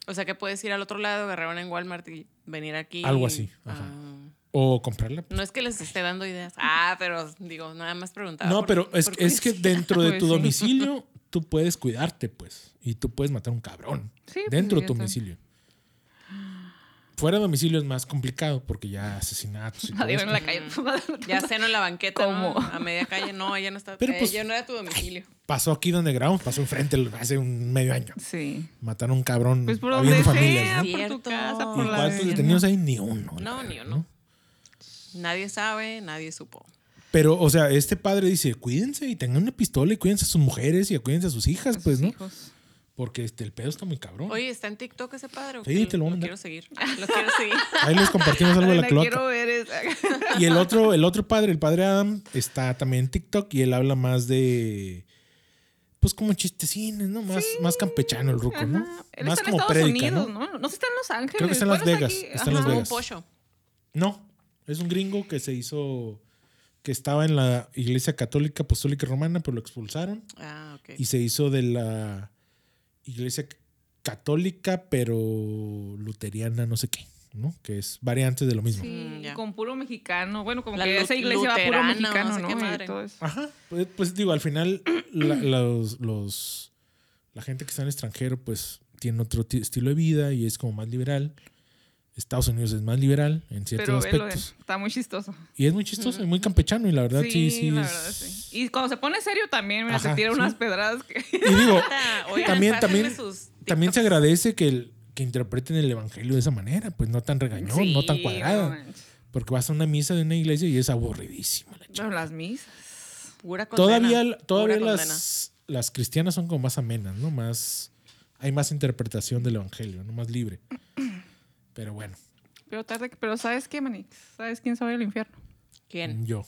Speaker 3: O sea, que puedes ir al otro lado, agarrar una en Walmart y venir aquí.
Speaker 2: Algo así, ajá.
Speaker 3: Ah.
Speaker 2: O comprarla.
Speaker 3: No es que les esté dando ideas. Ah, pero digo, nada más
Speaker 1: Ah,
Speaker 3: preguntaba.
Speaker 2: No,
Speaker 3: por-
Speaker 2: pero es,
Speaker 3: por
Speaker 2: es que
Speaker 3: curiosidad.
Speaker 2: dentro de
Speaker 1: Pues
Speaker 2: tu
Speaker 1: sí.
Speaker 2: domicilio tú puedes cuidarte, pues. Y tú puedes matar a un cabrón.
Speaker 1: Sí, pues,
Speaker 2: dentro de
Speaker 1: ya
Speaker 2: tu
Speaker 1: está.
Speaker 2: domicilio. Fuera de domicilio es más complicado porque ya asesinatos y todo
Speaker 1: Madre, en
Speaker 2: esto.
Speaker 1: la calle.
Speaker 3: Ya ceno en la banqueta, ¿no?
Speaker 1: ¿Cómo?
Speaker 3: A media calle. No, ella no está.
Speaker 2: Pero,
Speaker 3: eh,
Speaker 2: pues-
Speaker 3: ya no era tu domicilio.
Speaker 2: Pasó aquí donde grabamos, pasó enfrente hace un medio año.
Speaker 1: Sí.
Speaker 2: Mataron a un cabrón
Speaker 1: Pues por
Speaker 2: habiendo
Speaker 1: donde
Speaker 2: familias,
Speaker 1: sea,
Speaker 2: ¿no?
Speaker 1: por tu
Speaker 3: Cierto.
Speaker 1: casa,
Speaker 2: ¿Y pues,
Speaker 1: por la
Speaker 2: cuántos
Speaker 1: vecina.
Speaker 2: detenidos hay? Ni uno. la
Speaker 3: No,
Speaker 2: verdad,
Speaker 3: ni uno. Nadie sabe, nadie supo.
Speaker 2: Pero, o sea, este padre dice, cuídense y tengan una pistola y cuídense a sus mujeres y cuídense a sus hijas, pues, ¿no?
Speaker 1: Hijos.
Speaker 2: Porque este, el pedo está muy cabrón.
Speaker 3: Oye, ¿está en TikTok ese padre? o
Speaker 2: Sí,
Speaker 3: qué?
Speaker 2: te lo voy a mandar.
Speaker 3: quiero seguir. Ah, Lo quiero seguir.
Speaker 2: Ahí les compartimos algo de la
Speaker 1: Ay,
Speaker 2: cloaca.
Speaker 1: quiero ver esa.
Speaker 2: Y el otro, el otro padre, el padre Adam, está también en TikTok y él habla más de... Pues como chistecines, ¿no? Más, más campechano el ruco, ¿no?
Speaker 1: Ajá. Él
Speaker 2: Más
Speaker 1: está en
Speaker 2: como
Speaker 1: Estados
Speaker 2: prédica,
Speaker 1: Unidos,
Speaker 2: ¿no?
Speaker 1: ¿no? ¿no? sé si está en Los Ángeles.
Speaker 2: Creo que está en Las
Speaker 1: ¿Cuál
Speaker 2: Vegas,
Speaker 1: aquí?
Speaker 2: está en Las
Speaker 1: Ajá.
Speaker 3: Como Ah, un
Speaker 2: Vegas.
Speaker 3: pollo.
Speaker 2: No, es un gringo que se hizo... Que estaba en la iglesia católica apostólica romana, pero lo expulsaron.
Speaker 3: Ah, ok.
Speaker 2: y se hizo de la iglesia católica, pero luteriana, no sé qué. ¿no? Que es variante de lo mismo.
Speaker 1: Sí,
Speaker 3: Mm, ya.
Speaker 1: con puro mexicano. Bueno, como
Speaker 3: La
Speaker 1: que
Speaker 3: lu-
Speaker 1: esa iglesia va puro
Speaker 3: luterana o
Speaker 1: mexicano,
Speaker 3: no sé
Speaker 1: ¿no?
Speaker 3: qué
Speaker 1: Y
Speaker 3: madre.
Speaker 1: todo eso.
Speaker 2: Ajá. Pues, pues, digo, al final, la, los, los- la gente que está en el extranjero, pues tiene otro ti- estilo de vida y es como más liberal. Estados Unidos es más liberal en ciertos
Speaker 1: Pero velo, eh,
Speaker 2: aspectos.
Speaker 1: está muy chistoso.
Speaker 2: Y es muy chistoso, es muy campechano y la verdad sí, sí.
Speaker 1: la
Speaker 2: es-
Speaker 1: verdad, sí. Y cuando se pone serio también, mira,
Speaker 2: Ajá,
Speaker 1: se tira
Speaker 2: sí.
Speaker 1: unas pedradas que...
Speaker 2: Y digo,
Speaker 3: Oigan,
Speaker 2: también,
Speaker 3: pásenme
Speaker 2: también,
Speaker 3: sus
Speaker 2: también se
Speaker 3: TikToks.
Speaker 2: agradece que, el, que interpreten el evangelio de esa manera, pues no tan regañón, no tan
Speaker 1: Sí,
Speaker 2: cuadrada.
Speaker 1: no manches.
Speaker 2: porque vas a una misa de una iglesia y es aburridísima. la
Speaker 1: Pero las misas.
Speaker 3: Pura condena,
Speaker 2: todavía
Speaker 3: pura
Speaker 2: todavía
Speaker 3: condena.
Speaker 2: las, las cristianas son como más amenas, ¿no? Más hay más interpretación del evangelio, no más libre. Pero bueno,
Speaker 1: Pero tarde, que- pero ¿sabes qué, Manix? ¿Sabes quién sabe el infierno?
Speaker 3: ¿Quién?
Speaker 2: yo.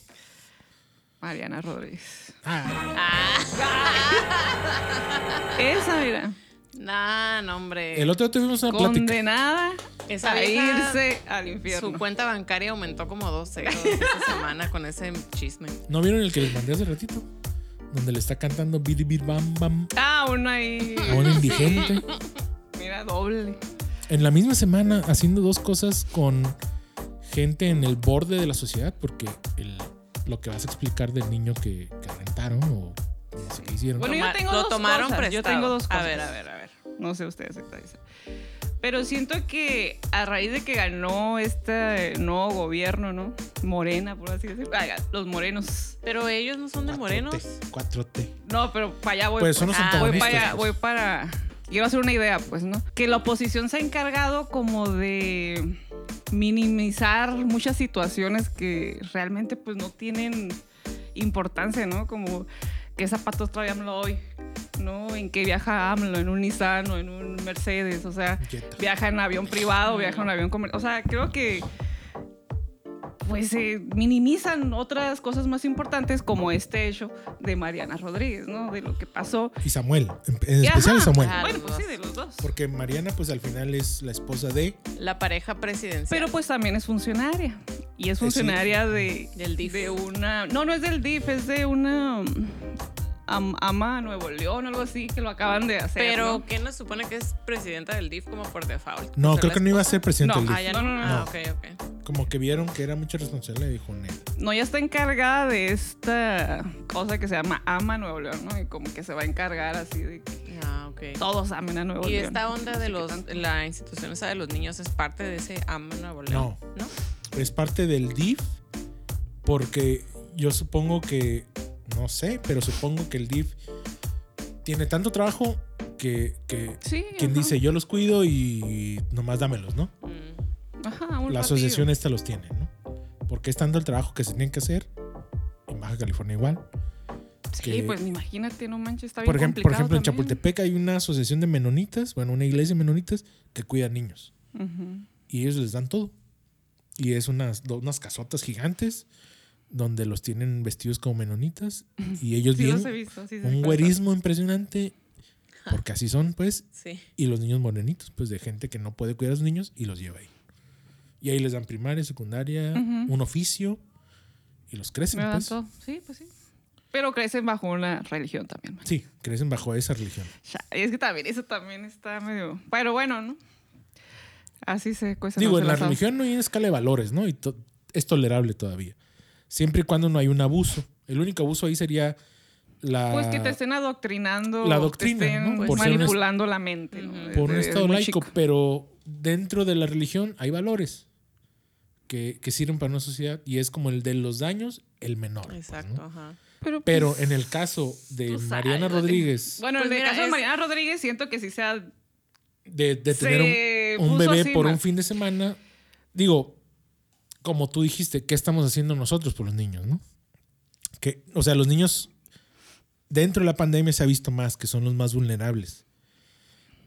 Speaker 1: Mariana Rodríguez.
Speaker 2: Ah,
Speaker 1: Esa, mira.
Speaker 3: Nah, no, hombre.
Speaker 2: el otro día tuvimos una plática.
Speaker 1: Condenada
Speaker 3: Esa
Speaker 1: a
Speaker 3: vieja,
Speaker 1: irse al
Speaker 3: Su
Speaker 1: infierno.
Speaker 3: cuenta bancaria aumentó como dos ceros esta semana con ese chisme.
Speaker 2: ¿No vieron el que les mandé hace ratito? Donde le está cantando bidi bid bam bam
Speaker 1: Ah, una ahí.
Speaker 2: a un indigente.
Speaker 1: Mira, doble.
Speaker 2: En la misma semana haciendo dos cosas con gente en el borde de la sociedad, porque el- lo que vas a explicar del niño que, que rentaron o no sé qué hicieron.
Speaker 1: Bueno, yo
Speaker 3: Toma-
Speaker 1: tengo
Speaker 3: lo
Speaker 1: dos
Speaker 3: tomaron
Speaker 1: cosas. Yo
Speaker 3: prestado.
Speaker 1: tengo dos
Speaker 3: A
Speaker 1: cosas.
Speaker 3: ver, a ver, a ver.
Speaker 1: No sé ustedes qué dicen. Pero siento que a raíz de que ganó este nuevo gobierno, ¿no? Morena, por así decirlo. Ah, Los morenos.
Speaker 3: Pero ellos no son de morenos.
Speaker 2: 4T.
Speaker 1: No, pero para allá voy.
Speaker 2: Pues son los
Speaker 3: Ah,
Speaker 1: voy
Speaker 2: antagonistas.
Speaker 1: para allá, voy
Speaker 2: pues.
Speaker 1: para. Quiero hacer una idea, pues, ¿no? Que la oposición se ha encargado como de minimizar muchas situaciones que realmente pues no tienen importancia, ¿no? Como qué zapatos trae AMLO hoy, ¿no? En qué viaja AMLO, en un Nissan o en un Mercedes, o sea,
Speaker 2: Jetta.
Speaker 1: viaja en avión privado, viaja en avión comercial, o sea, creo que pues se minimizan otras cosas más importantes como este hecho de Mariana Rodríguez, ¿no? De lo que pasó.
Speaker 2: Y Samuel, en, en
Speaker 1: Y
Speaker 2: especial
Speaker 1: ajá,
Speaker 2: Samuel.
Speaker 3: Ah,
Speaker 1: Bueno,
Speaker 3: los
Speaker 1: pues sí,
Speaker 3: dos.
Speaker 1: de los dos.
Speaker 2: Porque Mariana, pues al final es la esposa de.
Speaker 3: La pareja presidencial.
Speaker 1: Pero pues también es funcionaria. Y es funcionaria de,
Speaker 3: Del DIF.
Speaker 1: de una... No, no es del DIF, es de una... mm, am- ama a Nuevo León, algo así, que lo acaban de hacer.
Speaker 3: Pero
Speaker 1: ¿no?
Speaker 3: ¿quién no supone que es presidenta del DIF como por default?
Speaker 2: No,
Speaker 3: Por
Speaker 2: creo que
Speaker 3: la
Speaker 2: no iba a
Speaker 3: esposa.
Speaker 2: ser presidente
Speaker 1: No,
Speaker 2: del DIF.
Speaker 3: Ah, ya
Speaker 1: No,
Speaker 3: no.
Speaker 1: no, no,
Speaker 2: no.
Speaker 3: Ah, ok, ok.
Speaker 2: Como que vieron que era mucha responsabilidad y dijo, "Nel".
Speaker 1: No, ya está encargada de esta cosa que se llama Ama Nuevo León, ¿no? Y como que se va a encargar así de que
Speaker 3: Ah, ok.
Speaker 1: todos amen a Nuevo
Speaker 3: Y
Speaker 1: León.
Speaker 3: esta onda de
Speaker 1: Así que
Speaker 3: los
Speaker 1: tanto.
Speaker 3: la institución esa de los niños es parte de ese AMA Nuevo León. No.
Speaker 2: es parte del DIF. Porque yo supongo que. No sé, pero supongo que el DIF tiene tanto trabajo que. que
Speaker 1: Sí,
Speaker 2: quien
Speaker 1: ajá.
Speaker 2: dice, yo los cuido y nomás dámelos, ¿no?
Speaker 3: Mm.
Speaker 1: Ajá, un
Speaker 2: la
Speaker 1: ratillo.
Speaker 2: asociación esta los tiene, ¿no? Porque es tanto el trabajo que se tienen que hacer, en Baja California igual.
Speaker 1: Sí,
Speaker 2: que-
Speaker 1: pues imagínate, no manches, está bien
Speaker 2: Por ejemplo, por
Speaker 1: complicado
Speaker 2: ejemplo en
Speaker 1: también.
Speaker 2: Chapultepec hay una asociación de menonitas, bueno, una iglesia de menonitas que cuida niños.
Speaker 1: Ujú.
Speaker 2: Y ellos les dan todo. Y es unas, do- unas casotas gigantes donde los tienen vestidos como menonitas. Y ellos
Speaker 1: Sí, los he
Speaker 2: vienen
Speaker 1: visto. Sí, se
Speaker 2: un
Speaker 1: encuentra.
Speaker 2: güerismo impresionante, porque así son, pues.
Speaker 3: Sí.
Speaker 2: Y los niños morenitos, pues de gente que no puede cuidar a sus niños y los lleva ahí. Y ahí les dan primaria, secundaria,
Speaker 1: Ujú.
Speaker 2: un oficio y los crecen,
Speaker 1: Me dan
Speaker 2: pues.
Speaker 1: todo. Sí, pues sí. Pero crecen bajo una religión también. man.
Speaker 2: Sí, crecen bajo esa religión.
Speaker 1: Chale, Es que también, eso también está medio. Pero bueno, ¿no? Así se cuesta.
Speaker 2: Digo, en la religión no hay una escala de valores, ¿no? Y to- es tolerable todavía. Siempre y cuando no hay un abuso. El único abuso ahí sería la.
Speaker 1: Pues que te estén adoctrinando.
Speaker 2: La
Speaker 1: o te
Speaker 2: doctrina,
Speaker 1: estén pues,
Speaker 2: ¿no? Por ser un
Speaker 1: manipulando la mente. ¿no?
Speaker 2: por un
Speaker 1: Desde-
Speaker 2: estado
Speaker 1: desde muy
Speaker 2: laico,
Speaker 1: chico.
Speaker 2: pero dentro de la religión hay valores que, que sirven para una sociedad y es como el de los daños, el menor. pues, ¿no?
Speaker 3: Exacto, ajá.
Speaker 1: Pero,
Speaker 2: Pero
Speaker 1: pues,
Speaker 2: en el caso de
Speaker 3: tú sabes,
Speaker 2: Mariana
Speaker 3: vale.
Speaker 2: Rodríguez,
Speaker 1: Bueno,
Speaker 3: Pues
Speaker 1: en el
Speaker 3: mira,
Speaker 1: caso de
Speaker 3: es-
Speaker 1: Mariana Rodríguez, siento que sí sea.
Speaker 2: de, de
Speaker 1: se
Speaker 2: tener un- un,
Speaker 1: puso
Speaker 2: bebé
Speaker 1: así,
Speaker 2: por
Speaker 1: man.
Speaker 2: un fin de semana, digo, como tú dijiste, ¿qué estamos haciendo nosotros por los niños, no? Que, o sea, los niños dentro de la pandemia se ha visto más, que son los más vulnerables.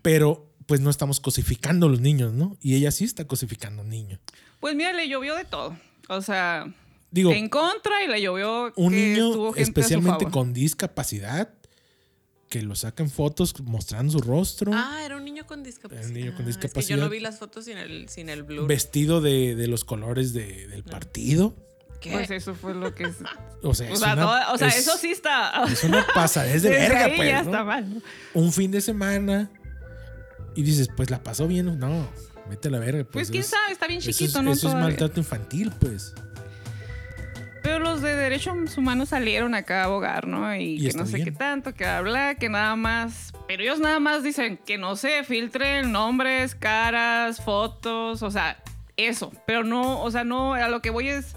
Speaker 2: Pero pues no estamos cosificando a los niños, ¿no? Y ella sí está cosificando a un niño.
Speaker 1: Pues mira, le llovió de todo. O sea,
Speaker 2: Digo,
Speaker 1: en contra y le llovió.
Speaker 2: un
Speaker 1: que
Speaker 2: niño
Speaker 1: estuvo gente a su
Speaker 2: especialmente
Speaker 1: favor.
Speaker 2: con discapacidad que lo sacan fotos mostrando su rostro
Speaker 3: Ah, era un niño con discapacidad.
Speaker 2: Era un niño con
Speaker 3: Ah, es que yo
Speaker 2: discapacidad.
Speaker 3: no vi las fotos sin el, sin el blur.
Speaker 2: vestido de, de los colores de- del partido
Speaker 3: ¿Qué?
Speaker 1: Pues eso fue lo que. es-
Speaker 2: o sea,
Speaker 1: O
Speaker 2: es
Speaker 1: sea,
Speaker 2: una-
Speaker 1: todo- o sea,
Speaker 2: es-
Speaker 1: eso sí está.
Speaker 2: es una pasadez de
Speaker 1: desde
Speaker 2: verga
Speaker 1: ahí
Speaker 2: pues,
Speaker 1: ya
Speaker 2: ¿no?
Speaker 1: está mal.
Speaker 2: un fin de semana y dices pues la pasó bien no Vete a la verga.
Speaker 1: Pues, quién
Speaker 2: es-
Speaker 1: sabe, está bien
Speaker 2: eso es-
Speaker 1: chiquito, ¿no?
Speaker 2: Eso es
Speaker 1: Todavía.
Speaker 2: maltrato infantil, pues.
Speaker 1: Pero los de derechos humanos salieron acá a abogar, ¿no? Y,
Speaker 2: Y
Speaker 1: que
Speaker 2: está
Speaker 1: no sé
Speaker 2: bien.
Speaker 1: qué tanto, que habla, que nada más. Pero ellos nada más dicen que no se filtren nombres, caras, fotos, o sea, eso. Pero no, o sea, no, a lo que voy es.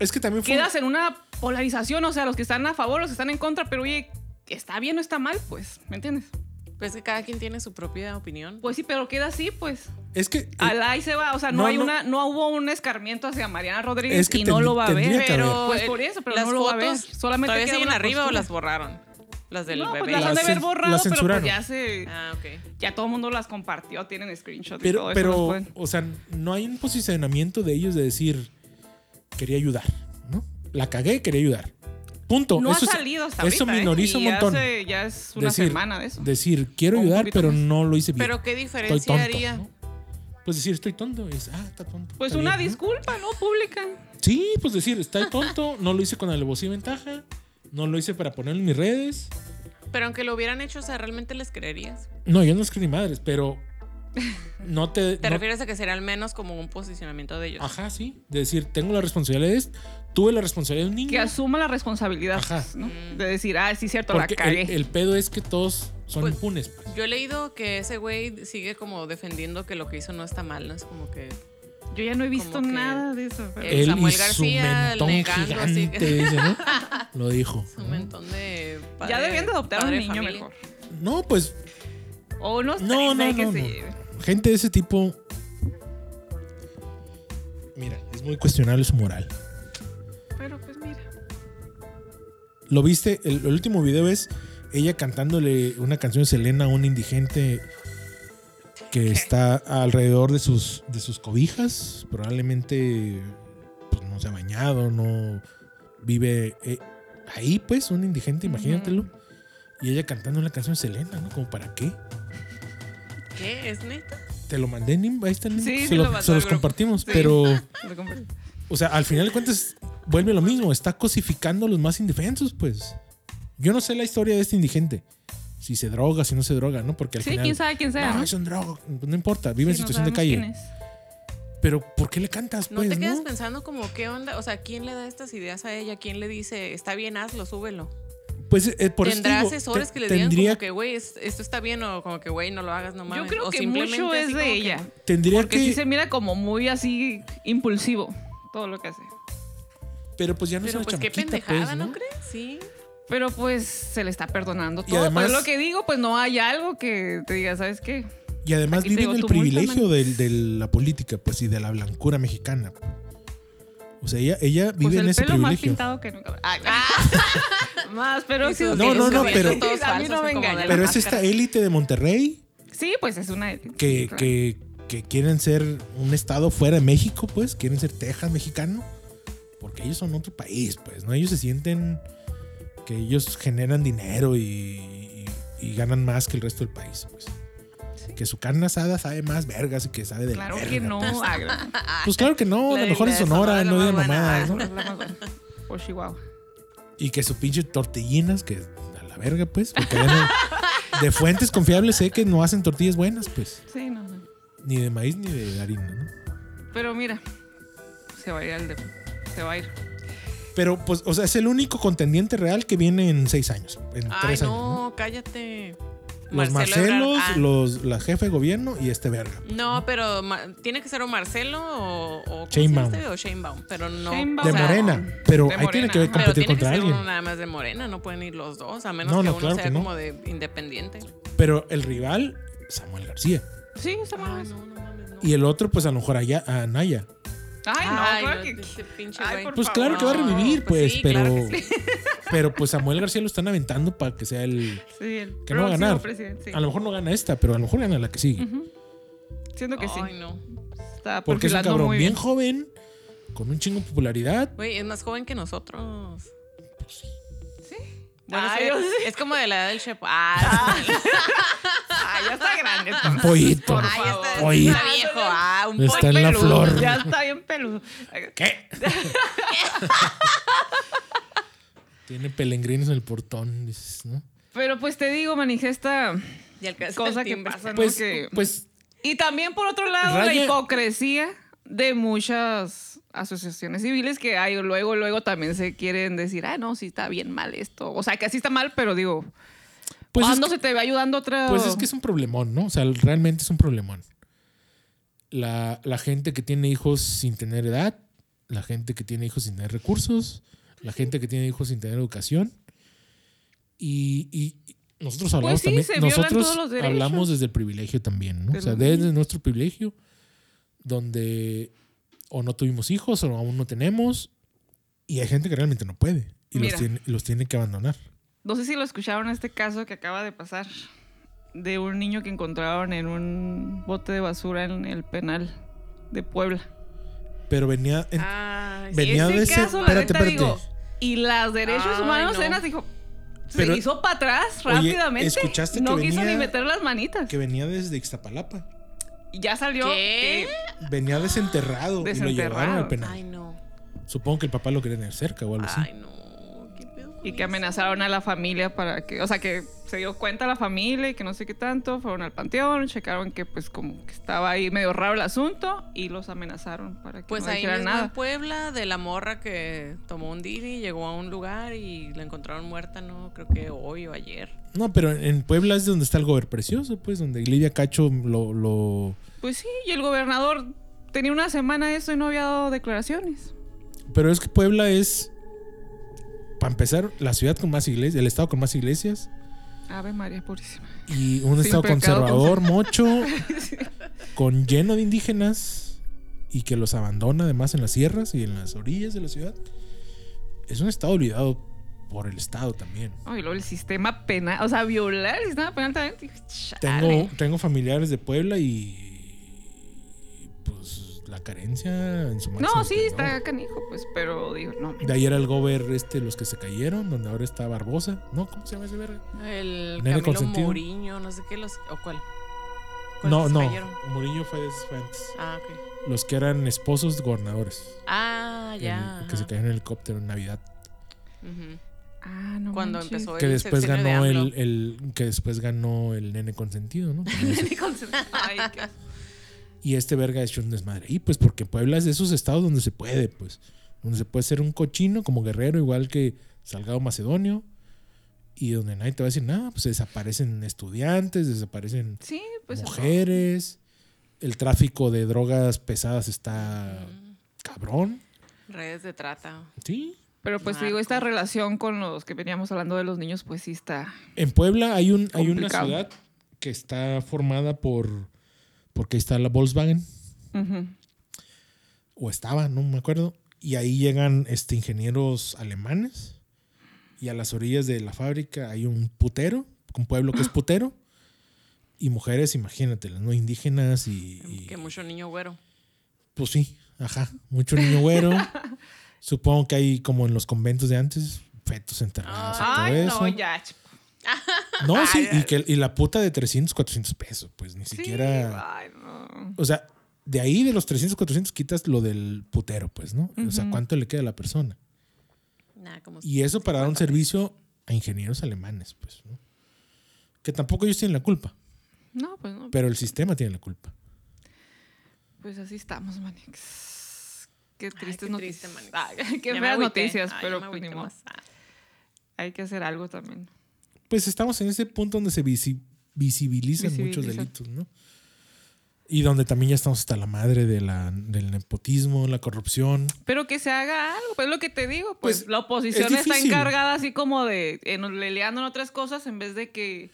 Speaker 2: Es que también fue.
Speaker 1: Quedas en una polarización, o sea, los que están a favor, los que están en contra, pero oye, está bien o está mal, pues, ¿me entiendes?
Speaker 3: Pues que cada quien tiene su propia opinión.
Speaker 1: Pues sí, pero queda así, pues.
Speaker 2: Es que. eh,
Speaker 1: Al ahí se va, o sea, no,
Speaker 2: No,
Speaker 1: hay
Speaker 2: no.
Speaker 1: una, no hubo un escarmiento hacia Mariana Rodríguez
Speaker 2: Es que
Speaker 1: y no
Speaker 2: ten-
Speaker 1: lo va a ver.
Speaker 2: tendría que haber.
Speaker 1: Pero, pues por eso, pero no lo va a ver. Solamente
Speaker 3: ¿Todavía
Speaker 1: queda
Speaker 3: siguen
Speaker 1: una
Speaker 3: arriba o
Speaker 1: postura.
Speaker 3: las borraron? Las del
Speaker 1: no, pues
Speaker 3: bebé.
Speaker 1: las han de
Speaker 2: Las
Speaker 1: haber
Speaker 2: cen-
Speaker 1: borrado,
Speaker 2: las
Speaker 1: pero pues
Speaker 2: censuraron.
Speaker 1: ya se,
Speaker 3: Ah, ok.
Speaker 1: ya todo el mundo las compartió, tienen screenshots y
Speaker 2: Pero,
Speaker 1: todo eso. pues, las
Speaker 2: pero
Speaker 1: pueden-
Speaker 2: o sea, no hay un posicionamiento de ellos de decir, quería ayudar, ¿no? La cagué, quería ayudar. Punto.
Speaker 1: No ha
Speaker 2: eso es-
Speaker 1: salido hasta
Speaker 2: Eso
Speaker 1: ahorita, ¿eh?
Speaker 2: minoriza
Speaker 1: Y ya
Speaker 2: un montón.
Speaker 1: se- ya es una semana de eso.
Speaker 2: Decir, quiero
Speaker 1: O un
Speaker 2: ayudar,
Speaker 1: poquito
Speaker 2: pero
Speaker 1: más.
Speaker 2: no lo hice bien.
Speaker 3: Pero qué
Speaker 2: estoy
Speaker 3: diferencia
Speaker 2: tonto.
Speaker 3: haría.
Speaker 2: ¿no? Pues decir, estoy tonto. Es, ah, está tonto.
Speaker 1: Pues
Speaker 2: está
Speaker 1: una
Speaker 2: bien, ¿no?
Speaker 1: disculpa, ¿no? Pública.
Speaker 2: Sí, pues decir, está tonto, no lo hice con alevosía y ventaja, no lo hice para ponerlo en mis redes.
Speaker 3: Pero aunque lo hubieran hecho, o sea, ¿realmente les creerías?
Speaker 2: No, yo no escribí madres, pero no te...
Speaker 3: ¿Te
Speaker 2: no-
Speaker 3: refieres a que será al menos como un posicionamiento de ellos?
Speaker 2: Ajá, sí. De decir, tengo la responsabilidad de esto, tuve la responsabilidad de un niño.
Speaker 1: Que asuma la responsabilidad,
Speaker 2: Ajá.
Speaker 1: pues, ¿no? De decir, ah, sí, cierto,
Speaker 2: Porque
Speaker 1: la cagué.
Speaker 2: el, el pedo es que todos son
Speaker 3: Pues-
Speaker 2: impunes. pues.
Speaker 3: Yo he leído que ese güey sigue como defendiendo que lo que hizo no está mal, ¿no? Es como que...
Speaker 1: Yo ya no he visto
Speaker 3: como que-
Speaker 1: nada de eso. pero-
Speaker 3: Eh,
Speaker 2: Él
Speaker 3: Samuel
Speaker 2: y su
Speaker 3: García
Speaker 2: mentón
Speaker 3: negando, así
Speaker 2: gigante,
Speaker 3: que-
Speaker 2: dice, ¿no? Lo dijo.
Speaker 3: Es un montón de... padre-
Speaker 1: ya debían de adoptar a un
Speaker 3: padre de
Speaker 1: niño
Speaker 3: familia.
Speaker 1: mejor.
Speaker 2: No, pues
Speaker 1: O unos
Speaker 2: No,
Speaker 1: tres ahí
Speaker 2: no,
Speaker 1: que
Speaker 2: no,
Speaker 1: se
Speaker 2: no.
Speaker 1: lleven.
Speaker 2: gente de ese tipo. Mira, es muy cuestionable su moral.
Speaker 1: Pero pues mira.
Speaker 2: Lo viste, el, el último video es ella cantándole una canción de Selena a un indigente que está alrededor de sus, de sus cobijas. Probablemente pues, no se ha bañado, no vive eh, ahí, pues, un indigente, imagínatelo. Y ella cantando una canción de Selena, ¿no? Como para qué.
Speaker 3: ¿Qué? ¿Es neta?
Speaker 2: Te lo mandé, Nim, ahí está el link.
Speaker 1: Sí,
Speaker 2: se,
Speaker 1: sí
Speaker 2: lo-
Speaker 1: lo mandó
Speaker 2: se
Speaker 1: al
Speaker 2: los
Speaker 1: grupo.
Speaker 2: compartimos.
Speaker 1: Sí.
Speaker 2: Pero,
Speaker 1: lo compré.
Speaker 2: o sea, al final de cuentas, vuelve lo mismo. Está cosificando a los más indefensos, pues. Yo no sé la historia de este indigente. Si se droga, si no se droga, ¿no? Porque al
Speaker 1: Sí,
Speaker 2: final.
Speaker 1: quién sabe quién sea,
Speaker 2: No,
Speaker 1: ¿no?
Speaker 2: es un drogo. No importa, vive en
Speaker 1: Sí, no
Speaker 2: situación de
Speaker 1: sabemos quién
Speaker 2: calle.
Speaker 1: es.
Speaker 2: Pero, ¿por qué le cantas,
Speaker 3: ¿No
Speaker 2: pues?
Speaker 3: te quedas
Speaker 2: no?
Speaker 3: pensando como qué onda? O sea, ¿quién le da estas ideas a ella? ¿Quién le dice, está bien, hazlo, súbelo?
Speaker 2: Pues, eh, por eso te
Speaker 3: ¿Tendrá
Speaker 2: digo,
Speaker 3: asesores
Speaker 2: te-
Speaker 3: que le digan
Speaker 2: tendría,
Speaker 3: como que, güey, es- esto está bien o como que, güey, no lo hagas nomás?
Speaker 1: Yo creo que mucho es de ella.
Speaker 2: tendría
Speaker 1: Porque
Speaker 2: que-
Speaker 1: sí se mira como muy así impulsivo todo lo que hace.
Speaker 2: Pero pues ya no
Speaker 3: Pero
Speaker 2: es una
Speaker 3: pues qué
Speaker 2: chamaquita,
Speaker 3: pendejada,
Speaker 2: pues,
Speaker 3: ¿no? crees? Sí.
Speaker 1: Pero pues se le está perdonando
Speaker 2: Y
Speaker 1: todo.
Speaker 2: además-
Speaker 1: Pero lo que digo, pues no hay algo que te diga, ¿sabes qué?
Speaker 2: Y además
Speaker 1: Aquí te digo,
Speaker 2: viven el
Speaker 1: tu multa,
Speaker 2: privilegio
Speaker 1: mano.
Speaker 2: del- de, la política, pues, y de la blancura mexicana. O sea, ella, ella vive
Speaker 1: Pues
Speaker 2: en
Speaker 1: el
Speaker 2: ese
Speaker 1: pelo más
Speaker 2: privilegio.
Speaker 1: pintado que nunca. Ah, más, pero
Speaker 3: Y
Speaker 1: sí.
Speaker 3: sus-
Speaker 2: No,
Speaker 3: y
Speaker 2: no,
Speaker 3: sus
Speaker 2: no,
Speaker 3: cabellos
Speaker 2: pero-
Speaker 3: todos
Speaker 1: A mí no me
Speaker 3: falsos, como de la
Speaker 1: engañan.
Speaker 2: Pero es
Speaker 3: máscara.
Speaker 2: esta élite de Monterrey
Speaker 1: Sí, pues es una.
Speaker 2: que, que, que quieren ser un estado fuera de México, pues, quieren ser Texas mexicano, porque ellos son otro país, pues, ¿no? Ellos se sienten que ellos generan dinero y, y- y ganan más que el resto del país, pues. Que su carne asada sabe más vergas y que sabe de la
Speaker 1: Claro
Speaker 2: verga,
Speaker 1: que no.
Speaker 2: Pues.
Speaker 1: ah, gra-
Speaker 2: Pues claro que no,
Speaker 3: La
Speaker 2: a lo
Speaker 3: de-
Speaker 2: mejor
Speaker 3: la
Speaker 2: es
Speaker 3: de Sonora
Speaker 2: Sonora,
Speaker 3: es la
Speaker 2: no
Speaker 3: más
Speaker 2: digan
Speaker 3: buena.
Speaker 2: mamadas, ¿no?
Speaker 1: es la más buena. O Chihuahua.
Speaker 2: Y que su pinche tortillinas, que a la verga, pues. porque ya no- de fuentes confiables sé que no hacen tortillas buenas, pues.
Speaker 1: Sí, no, no.
Speaker 2: Ni de maíz ni de harina, ¿no? Pero
Speaker 1: mira, se va a ir al de. Se va a ir.
Speaker 2: Pero, pues, o sea, es el único contendiente real que viene en seis años. En
Speaker 3: Ay,
Speaker 2: tres años. ¿no?
Speaker 3: no, cállate.
Speaker 2: Los
Speaker 3: Marcelo Ebrard.
Speaker 2: Marcelos,
Speaker 3: Ah,
Speaker 2: los, la jefe de gobierno y este verga.
Speaker 3: No, pero ma- tiene que ser o Marcelo o, o ¿cómo se llama
Speaker 2: Sheinbaum.
Speaker 3: este? o Sheinbaum, pero no
Speaker 1: Sheinbaum.
Speaker 2: De
Speaker 1: O sea,
Speaker 2: Morena. Pero
Speaker 1: de
Speaker 2: ahí tiene
Speaker 1: Morena,
Speaker 2: que
Speaker 1: ajá.
Speaker 3: Pero
Speaker 2: competir
Speaker 3: tiene que
Speaker 2: contra
Speaker 3: ser uno
Speaker 2: alguien.
Speaker 3: nada más de Morena, no pueden ir los dos, a menos
Speaker 2: No,
Speaker 3: que
Speaker 2: no,
Speaker 3: uno
Speaker 2: claro
Speaker 3: sea
Speaker 2: que no.
Speaker 3: como de independiente.
Speaker 2: Pero el rival, Samuel García.
Speaker 1: Sí, está mal.
Speaker 3: Ay, Ah, no, no mames, no.
Speaker 2: Y el otro, pues, a lo mejor allá, a Anaya.
Speaker 1: Ay, no,
Speaker 3: Ay,
Speaker 1: claro
Speaker 3: no,
Speaker 1: que.
Speaker 3: ese pinche
Speaker 1: Ay,
Speaker 3: güey.
Speaker 1: por
Speaker 2: Pues
Speaker 1: favor.
Speaker 2: claro que va a revivir,
Speaker 3: No,
Speaker 2: pues,
Speaker 3: sí,
Speaker 2: pero.
Speaker 3: claro que sí.
Speaker 2: Pero pues Samuel García lo están aventando para que sea el.
Speaker 1: Sí, el
Speaker 2: Que no va a
Speaker 1: próximo
Speaker 2: ganar.
Speaker 1: presidente, sí.
Speaker 2: A lo mejor no gana esta, pero a lo mejor gana la que sigue.
Speaker 1: Siento que sí.
Speaker 3: Ay, no.
Speaker 1: Está
Speaker 2: Porque es un
Speaker 1: perfilando
Speaker 2: cabrón
Speaker 1: muy
Speaker 2: bien.
Speaker 1: bien.
Speaker 2: joven, con un chingo de popularidad.
Speaker 3: Güey, es más joven que nosotros. Bueno,
Speaker 1: Ay,
Speaker 3: Ah, sí,
Speaker 1: yo sí.
Speaker 3: es como de la edad del Chepo. Ah,
Speaker 1: Ah, ya está grande.
Speaker 2: Un
Speaker 1: entonces.
Speaker 2: pollito.
Speaker 3: ah, ya está,
Speaker 2: Oye.
Speaker 3: está viejo. Ah, un
Speaker 2: Está
Speaker 3: pollo
Speaker 2: en la
Speaker 3: peludo.
Speaker 2: flor.
Speaker 1: Ya está bien peludo.
Speaker 2: ¿Qué? Tiene pelengrines en el portón, dices, ¿no?
Speaker 1: Pero pues te digo, manija, esta
Speaker 3: Y alcanza el
Speaker 1: cosa que
Speaker 3: timbre.
Speaker 1: pasa, Ah, ¿no?
Speaker 2: Pues,
Speaker 1: que...
Speaker 2: pues
Speaker 1: Y también, por otro lado, la
Speaker 2: Raya-
Speaker 1: hipocresía de muchas asociaciones civiles que hay, luego, luego también se quieren decir, ah, no, sí está bien mal esto. O sea, que así está mal, pero digo,
Speaker 2: Pues es,
Speaker 1: ¿cuándo se te va ayudando otra?
Speaker 2: que, pues es que es un problemón, ¿no? O sea, realmente es un problemón. La, la gente que tiene hijos sin tener edad, la gente que tiene hijos sin tener recursos, la gente que tiene hijos sin tener educación. Y, y- y nosotros hablamos
Speaker 1: Pues sí,
Speaker 2: también.
Speaker 1: se violan
Speaker 2: nosotros
Speaker 1: todos los derechos.
Speaker 2: hablamos desde el privilegio también, ¿no?
Speaker 1: Es
Speaker 2: o sea,
Speaker 1: lo
Speaker 2: desde
Speaker 1: mismo.
Speaker 2: nuestro privilegio, donde o no tuvimos hijos o aún no tenemos. Y hay gente que realmente no puede y los
Speaker 1: Mira.
Speaker 2: tiene, y los tiene que abandonar.
Speaker 1: No sé si lo escucharon este caso que acaba de pasar de un niño que encontraron en un bote de basura en el penal de Puebla.
Speaker 2: Pero venía.
Speaker 1: Ah.
Speaker 2: en-
Speaker 3: Ay, sí.
Speaker 2: Venía
Speaker 1: ese
Speaker 2: de ese-
Speaker 1: caso, la
Speaker 2: espérate,
Speaker 1: neta,
Speaker 2: espérate.
Speaker 1: digo, y las derechos
Speaker 3: Ay,
Speaker 1: humanos
Speaker 3: no.
Speaker 1: cenas dijo,
Speaker 2: Pero-
Speaker 1: se hizo para atrás
Speaker 2: Oye,
Speaker 1: rápidamente.
Speaker 2: ¿escuchaste que
Speaker 1: no quiso
Speaker 2: venía-
Speaker 1: ni meter las manitas.
Speaker 2: que venía desde Ixtapalapa.
Speaker 1: Y ya salió
Speaker 3: ¿Qué?
Speaker 1: que-
Speaker 2: Venía desenterrado, y lo
Speaker 1: Desenterrado.
Speaker 2: llevaron al penal.
Speaker 3: Ay, no.
Speaker 2: Supongo que el papá lo quería tener cerca o algo así.
Speaker 3: Ay, no. ¿Qué pedo con
Speaker 1: y que
Speaker 3: eso?
Speaker 1: amenazaron a la familia para que, o sea, que se dio cuenta la familia y que no sé qué tanto, fueron al panteón, checaron que pues como que estaba ahí medio raro el asunto y los amenazaron para que
Speaker 3: Pues
Speaker 1: no
Speaker 3: ahí
Speaker 1: dijeran
Speaker 3: mismo
Speaker 1: nada.
Speaker 3: en Puebla, de la morra que tomó un Didi, llegó a un lugar y la encontraron muerta, ¿no? Creo que hoy o ayer.
Speaker 2: No, pero en Puebla es donde está el gober precioso, pues, donde Lidia Cacho lo. lo-
Speaker 1: Pues sí, y el gobernador tenía una semana de eso y no había dado declaraciones.
Speaker 2: Pero es que Puebla es. Para empezar, la ciudad con más iglesias, el estado con más iglesias.
Speaker 1: Ave María Purísima.
Speaker 2: Y un
Speaker 1: Sin
Speaker 2: estado
Speaker 1: pecado
Speaker 2: conservador, mocho, con lleno de indígenas y que los abandona además en las sierras y en las orillas de la ciudad. Es un estado olvidado por el estado también.
Speaker 1: Ay, luego el sistema penal, o sea, violar el sistema penal también. dije,
Speaker 2: Tengo,
Speaker 1: chale.
Speaker 2: tengo familiares de Puebla y pues la carencia en su máximo
Speaker 1: No, Pues sí,
Speaker 2: esplendor.
Speaker 1: está canijo, pues, pero digo, no.
Speaker 2: De ayer era el gober este, los que se cayeron, donde ahora está Barbosa. No, ¿cómo se llama ese verga?
Speaker 3: El
Speaker 2: Nene
Speaker 3: Camilo
Speaker 2: consentido.
Speaker 3: Mourinho, no sé qué, los, ¿o cuál? ¿Cuál
Speaker 2: No,
Speaker 3: se
Speaker 2: no.
Speaker 3: cayeron?
Speaker 2: Murillo fue, des- fue antes.
Speaker 3: Ah, ok.
Speaker 2: Los que eran esposos gobernadores.
Speaker 3: Ah,
Speaker 2: el-
Speaker 3: ya.
Speaker 2: que se
Speaker 3: ajá.
Speaker 2: cayeron en helicóptero en Navidad.
Speaker 3: Ujú.
Speaker 1: Ah, no.
Speaker 3: Cuando
Speaker 1: manches.
Speaker 3: empezó
Speaker 2: que
Speaker 3: el
Speaker 2: después
Speaker 3: sexenio de
Speaker 2: ganó el,
Speaker 3: AMLO.
Speaker 2: el- que después ganó el nene consentido, ¿no?
Speaker 1: Ay, qué-
Speaker 2: y este verga es un desmadre. Y pues porque Puebla es de esos estados donde se puede, pues, donde se puede ser un cochino como guerrero, igual que Salgado Macedonio, y donde nadie te va a decir nada, pues desaparecen estudiantes, desaparecen
Speaker 1: Sí, pues.
Speaker 2: mujeres, el tráfico de drogas pesadas está
Speaker 1: Mm.
Speaker 2: cabrón,
Speaker 3: Redes de trata.
Speaker 2: ¿sí?
Speaker 1: Pero pues
Speaker 3: Marco.
Speaker 1: digo, esta relación con los que veníamos hablando de los niños, pues sí está.
Speaker 2: En Puebla hay, un, hay una
Speaker 1: Complicado.
Speaker 2: ciudad que está formada por, porque ahí está la Volkswagen,
Speaker 1: Ujú.
Speaker 2: o estaba, no me acuerdo. Y ahí llegan este, ingenieros alemanes. Y a las orillas de la fábrica hay un putero, un pueblo que es putero. Y mujeres, imagínatelas, ¿no? Indígenas y.
Speaker 1: Em,
Speaker 2: y-
Speaker 3: Que mucho niño güero.
Speaker 2: Pues sí, ajá. Mucho niño güero. Supongo que hay, como en los conventos de antes, fetos enterrados. y todo
Speaker 1: Ay,
Speaker 2: eso.
Speaker 1: no, ya. ch-
Speaker 2: No, sí, y, que, y la puta de 300, 400 pesos, pues ni
Speaker 1: Sí,
Speaker 2: siquiera.
Speaker 1: ay, no.
Speaker 2: O sea, de ahí de los 300, 400 quitas lo del putero, pues, ¿no? O sea, ¿cuánto le queda a la persona?
Speaker 3: Nah, como
Speaker 2: Y eso para dar un servicio a ingenieros alemanes, pues, ¿no? Que tampoco ellos tienen la culpa,
Speaker 1: No, pues no.
Speaker 2: pero el sistema tiene la culpa.
Speaker 1: Pues así estamos, Manix. Qué
Speaker 3: Ay,
Speaker 1: tristes
Speaker 3: qué
Speaker 1: noticias.
Speaker 3: triste,
Speaker 1: Ay,
Speaker 3: Manix.
Speaker 1: qué
Speaker 3: Ya me
Speaker 1: feas
Speaker 3: agüité.
Speaker 1: noticias,
Speaker 3: Ay,
Speaker 1: pero
Speaker 3: ya me
Speaker 1: pues, ni
Speaker 3: agüité
Speaker 1: modo.
Speaker 3: más. Ah.
Speaker 1: hay que hacer algo también.
Speaker 2: Pues estamos en ese punto donde se visi- visibilizan muchos
Speaker 1: Visibilizan.
Speaker 2: delitos, ¿no? Y donde también ya estamos hasta la madre de la, del nepotismo, la corrupción.
Speaker 1: Pero que se haga algo, pues es lo que te digo, pues,
Speaker 2: Pues,
Speaker 1: la oposición
Speaker 2: es
Speaker 1: está
Speaker 2: difícil.
Speaker 1: encargada así como de en, leleando en otras cosas en vez de que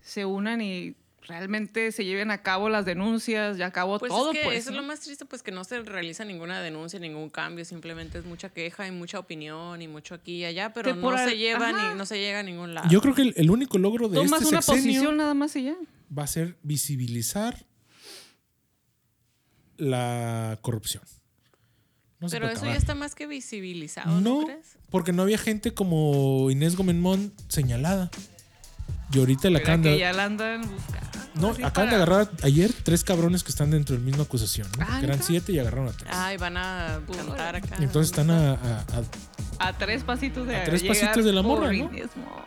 Speaker 1: se unan y realmente se lleven a cabo las denuncias, ya a cabo
Speaker 3: Pues
Speaker 1: todo.
Speaker 3: es que
Speaker 1: pues,
Speaker 3: eso
Speaker 1: ¿no?
Speaker 3: es lo más triste, pues que no se realiza ninguna denuncia, ningún cambio, simplemente es mucha queja y mucha opinión y mucho aquí y allá, pero
Speaker 1: Que por
Speaker 3: no se
Speaker 1: al-
Speaker 3: lleva
Speaker 1: ajá.
Speaker 3: ni no se llega a ningún lado.
Speaker 2: Yo creo que el, el único logro de
Speaker 1: Tomas
Speaker 2: este
Speaker 1: una
Speaker 2: sexenio
Speaker 1: posición nada más y ya.
Speaker 2: va a ser visibilizar la corrupción. No se
Speaker 3: pero
Speaker 2: puede
Speaker 3: eso
Speaker 2: acabar.
Speaker 3: ya está más que visibilizado, ¿no,
Speaker 2: No,
Speaker 3: crees?
Speaker 2: porque no había gente como Inés Gómez Mont señalada. Y ahorita la
Speaker 1: Pero
Speaker 2: acaban
Speaker 1: que
Speaker 2: de...
Speaker 1: ya la andan buscando.
Speaker 2: No,
Speaker 1: así
Speaker 2: acaban
Speaker 1: para-
Speaker 2: de agarrar ayer tres cabrones que están dentro del mismo acusación. ¿no?
Speaker 1: Ah,
Speaker 2: Que eran
Speaker 1: ¿neta? Ah,
Speaker 2: siete y agarraron a tres.
Speaker 3: Ay, van a
Speaker 1: Pues,
Speaker 3: cantar acá.
Speaker 2: Y Entonces están a... a- a-
Speaker 1: A tres pasitos de
Speaker 2: A tres
Speaker 1: llegar
Speaker 2: pasitos de la morra,
Speaker 1: por
Speaker 2: ¿no?
Speaker 1: Inés Mo-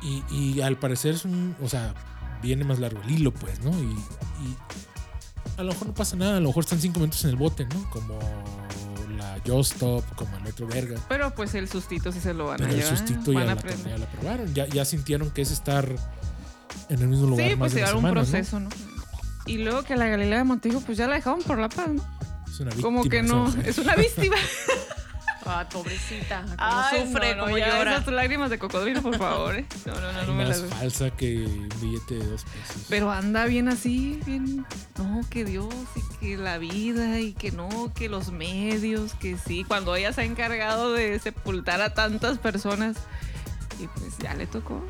Speaker 2: y, y al parecer es un... O sea, viene más largo el hilo, pues, ¿no? Y, y a lo mejor no pasa nada, a lo mejor están cinco minutos en el bote, ¿no? Como la Yo Stop, como el otro verga.
Speaker 1: Pero pues el sustito sí se lo van
Speaker 2: Pero
Speaker 1: a
Speaker 2: el
Speaker 1: llevar.
Speaker 2: sustito
Speaker 1: van
Speaker 2: ya
Speaker 1: a
Speaker 2: la,
Speaker 1: aprender.
Speaker 2: ya la probaron, ya, ya sintieron que es estar en el mismo lugar.
Speaker 1: Sí,
Speaker 2: más
Speaker 1: pues
Speaker 2: de una
Speaker 1: llevar un
Speaker 2: semana, ¿no?
Speaker 1: proceso, ¿no? Y luego que la Galilea de Montijo, pues ya la dejaron por la paz, ¿no?
Speaker 2: Es una
Speaker 1: Como
Speaker 2: víctima
Speaker 1: que
Speaker 2: esa
Speaker 1: no,
Speaker 2: mujer.
Speaker 1: es una víctima.
Speaker 3: Ah, pobrecita. Cómo
Speaker 1: Ay,
Speaker 3: sufre,
Speaker 1: no, no,
Speaker 3: cómo
Speaker 1: ya
Speaker 3: llora.
Speaker 1: Esas lágrimas de cocodrilo, por favor. ¿eh? No, no, no,
Speaker 2: Ay,
Speaker 1: no me
Speaker 2: más
Speaker 1: las
Speaker 2: falsa que un billete de dos pesos.
Speaker 1: Pero anda bien así, bien. No, que Dios y que la vida y que no, que los medios, que sí. Cuando ella se ha encargado de sepultar a tantas personas y pues ya le tocó.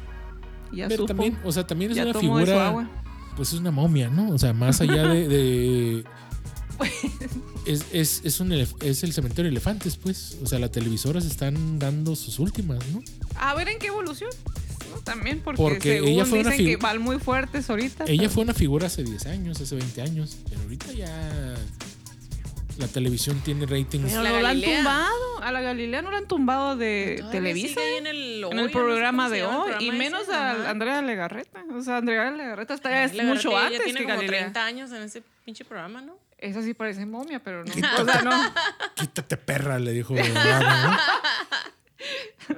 Speaker 1: Ya
Speaker 2: Pero
Speaker 1: supo.
Speaker 2: también, o sea, también es
Speaker 1: ya
Speaker 2: una
Speaker 1: tomó de su
Speaker 2: figura.
Speaker 1: agua.
Speaker 2: pues es una momia, ¿no? O sea, más allá de. de- es, es, es, un elef- es el cementerio de elefantes, pues. O sea, las televisoras están dando sus últimas, ¿no?
Speaker 1: A ver en qué evolución. ¿no? También porque,
Speaker 2: Porque
Speaker 1: según
Speaker 2: ella fue una
Speaker 1: dicen que
Speaker 2: figu-
Speaker 1: van muy fuertes ahorita.
Speaker 2: Ella
Speaker 1: pero-
Speaker 2: fue una figura hace 10 años, hace 20 años, pero ahorita ya. La televisión tiene ratings.
Speaker 1: Pero no
Speaker 3: La
Speaker 1: la han
Speaker 3: Galilea.
Speaker 1: tumbado. A la Galilea no la han tumbado de
Speaker 3: Todavía
Speaker 1: eh, Televisa.
Speaker 3: sigue ahí en el, hoyo,
Speaker 1: en
Speaker 3: no
Speaker 1: el
Speaker 3: sé cómo
Speaker 1: programa
Speaker 3: se
Speaker 1: de
Speaker 3: llama el
Speaker 1: hoy. Y
Speaker 3: programa
Speaker 1: menos
Speaker 3: ese,
Speaker 1: a
Speaker 3: ajá.
Speaker 1: Andrea Legarreta. O sea, Andrea Legarreta está es
Speaker 3: La verdad
Speaker 1: mucho
Speaker 3: que ella
Speaker 1: antes
Speaker 3: tiene
Speaker 1: que
Speaker 3: como
Speaker 1: Galilea.
Speaker 3: 30 años en ese pinche programa, ¿no?
Speaker 1: Esa sí parece momia, pero no. O sea, no.
Speaker 2: Quítate, perra, le dijo. Obama, ¿no?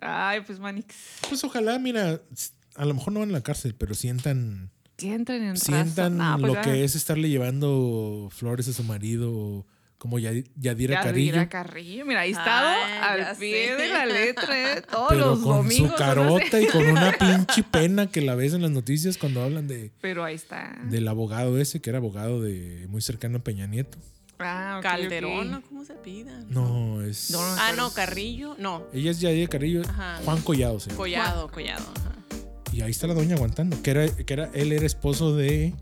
Speaker 1: Ay, pues Manix.
Speaker 2: Pues ojalá, mira, a lo mejor no van a la cárcel, pero sientan.
Speaker 1: Sientan en raza.
Speaker 2: sientan
Speaker 1: No, pues
Speaker 2: lo
Speaker 1: ya.
Speaker 2: que es estarle llevando flores a su marido, como Yadi- Yadira
Speaker 1: Ya
Speaker 2: Carillo.
Speaker 1: Elvira Carrillo. Mira, ahí estaba
Speaker 3: Ay, ya
Speaker 1: al pie
Speaker 3: sé.
Speaker 1: de la letra, ¿eh? todos
Speaker 2: pero
Speaker 1: los
Speaker 2: con
Speaker 1: domingos.
Speaker 2: su
Speaker 1: o sea,
Speaker 2: carota
Speaker 1: sí.
Speaker 2: y con una pinche pena que la ves en las noticias cuando hablan de
Speaker 1: Pero ahí está.
Speaker 2: del abogado ese que era abogado de muy cercano a Peña Nieto.
Speaker 1: Ah, ok, ok.
Speaker 3: Calderón, ¿no? ¿cómo se pida?
Speaker 2: No, es
Speaker 1: No, no.
Speaker 3: Ah, no, Carrillo, no.
Speaker 2: ella es Yadira Carillo,
Speaker 3: Ajá.
Speaker 2: Juan Collado, señor.
Speaker 3: Collado, Collado. ajá.
Speaker 2: y ahí está la doña aguantando, que era que era él era esposo de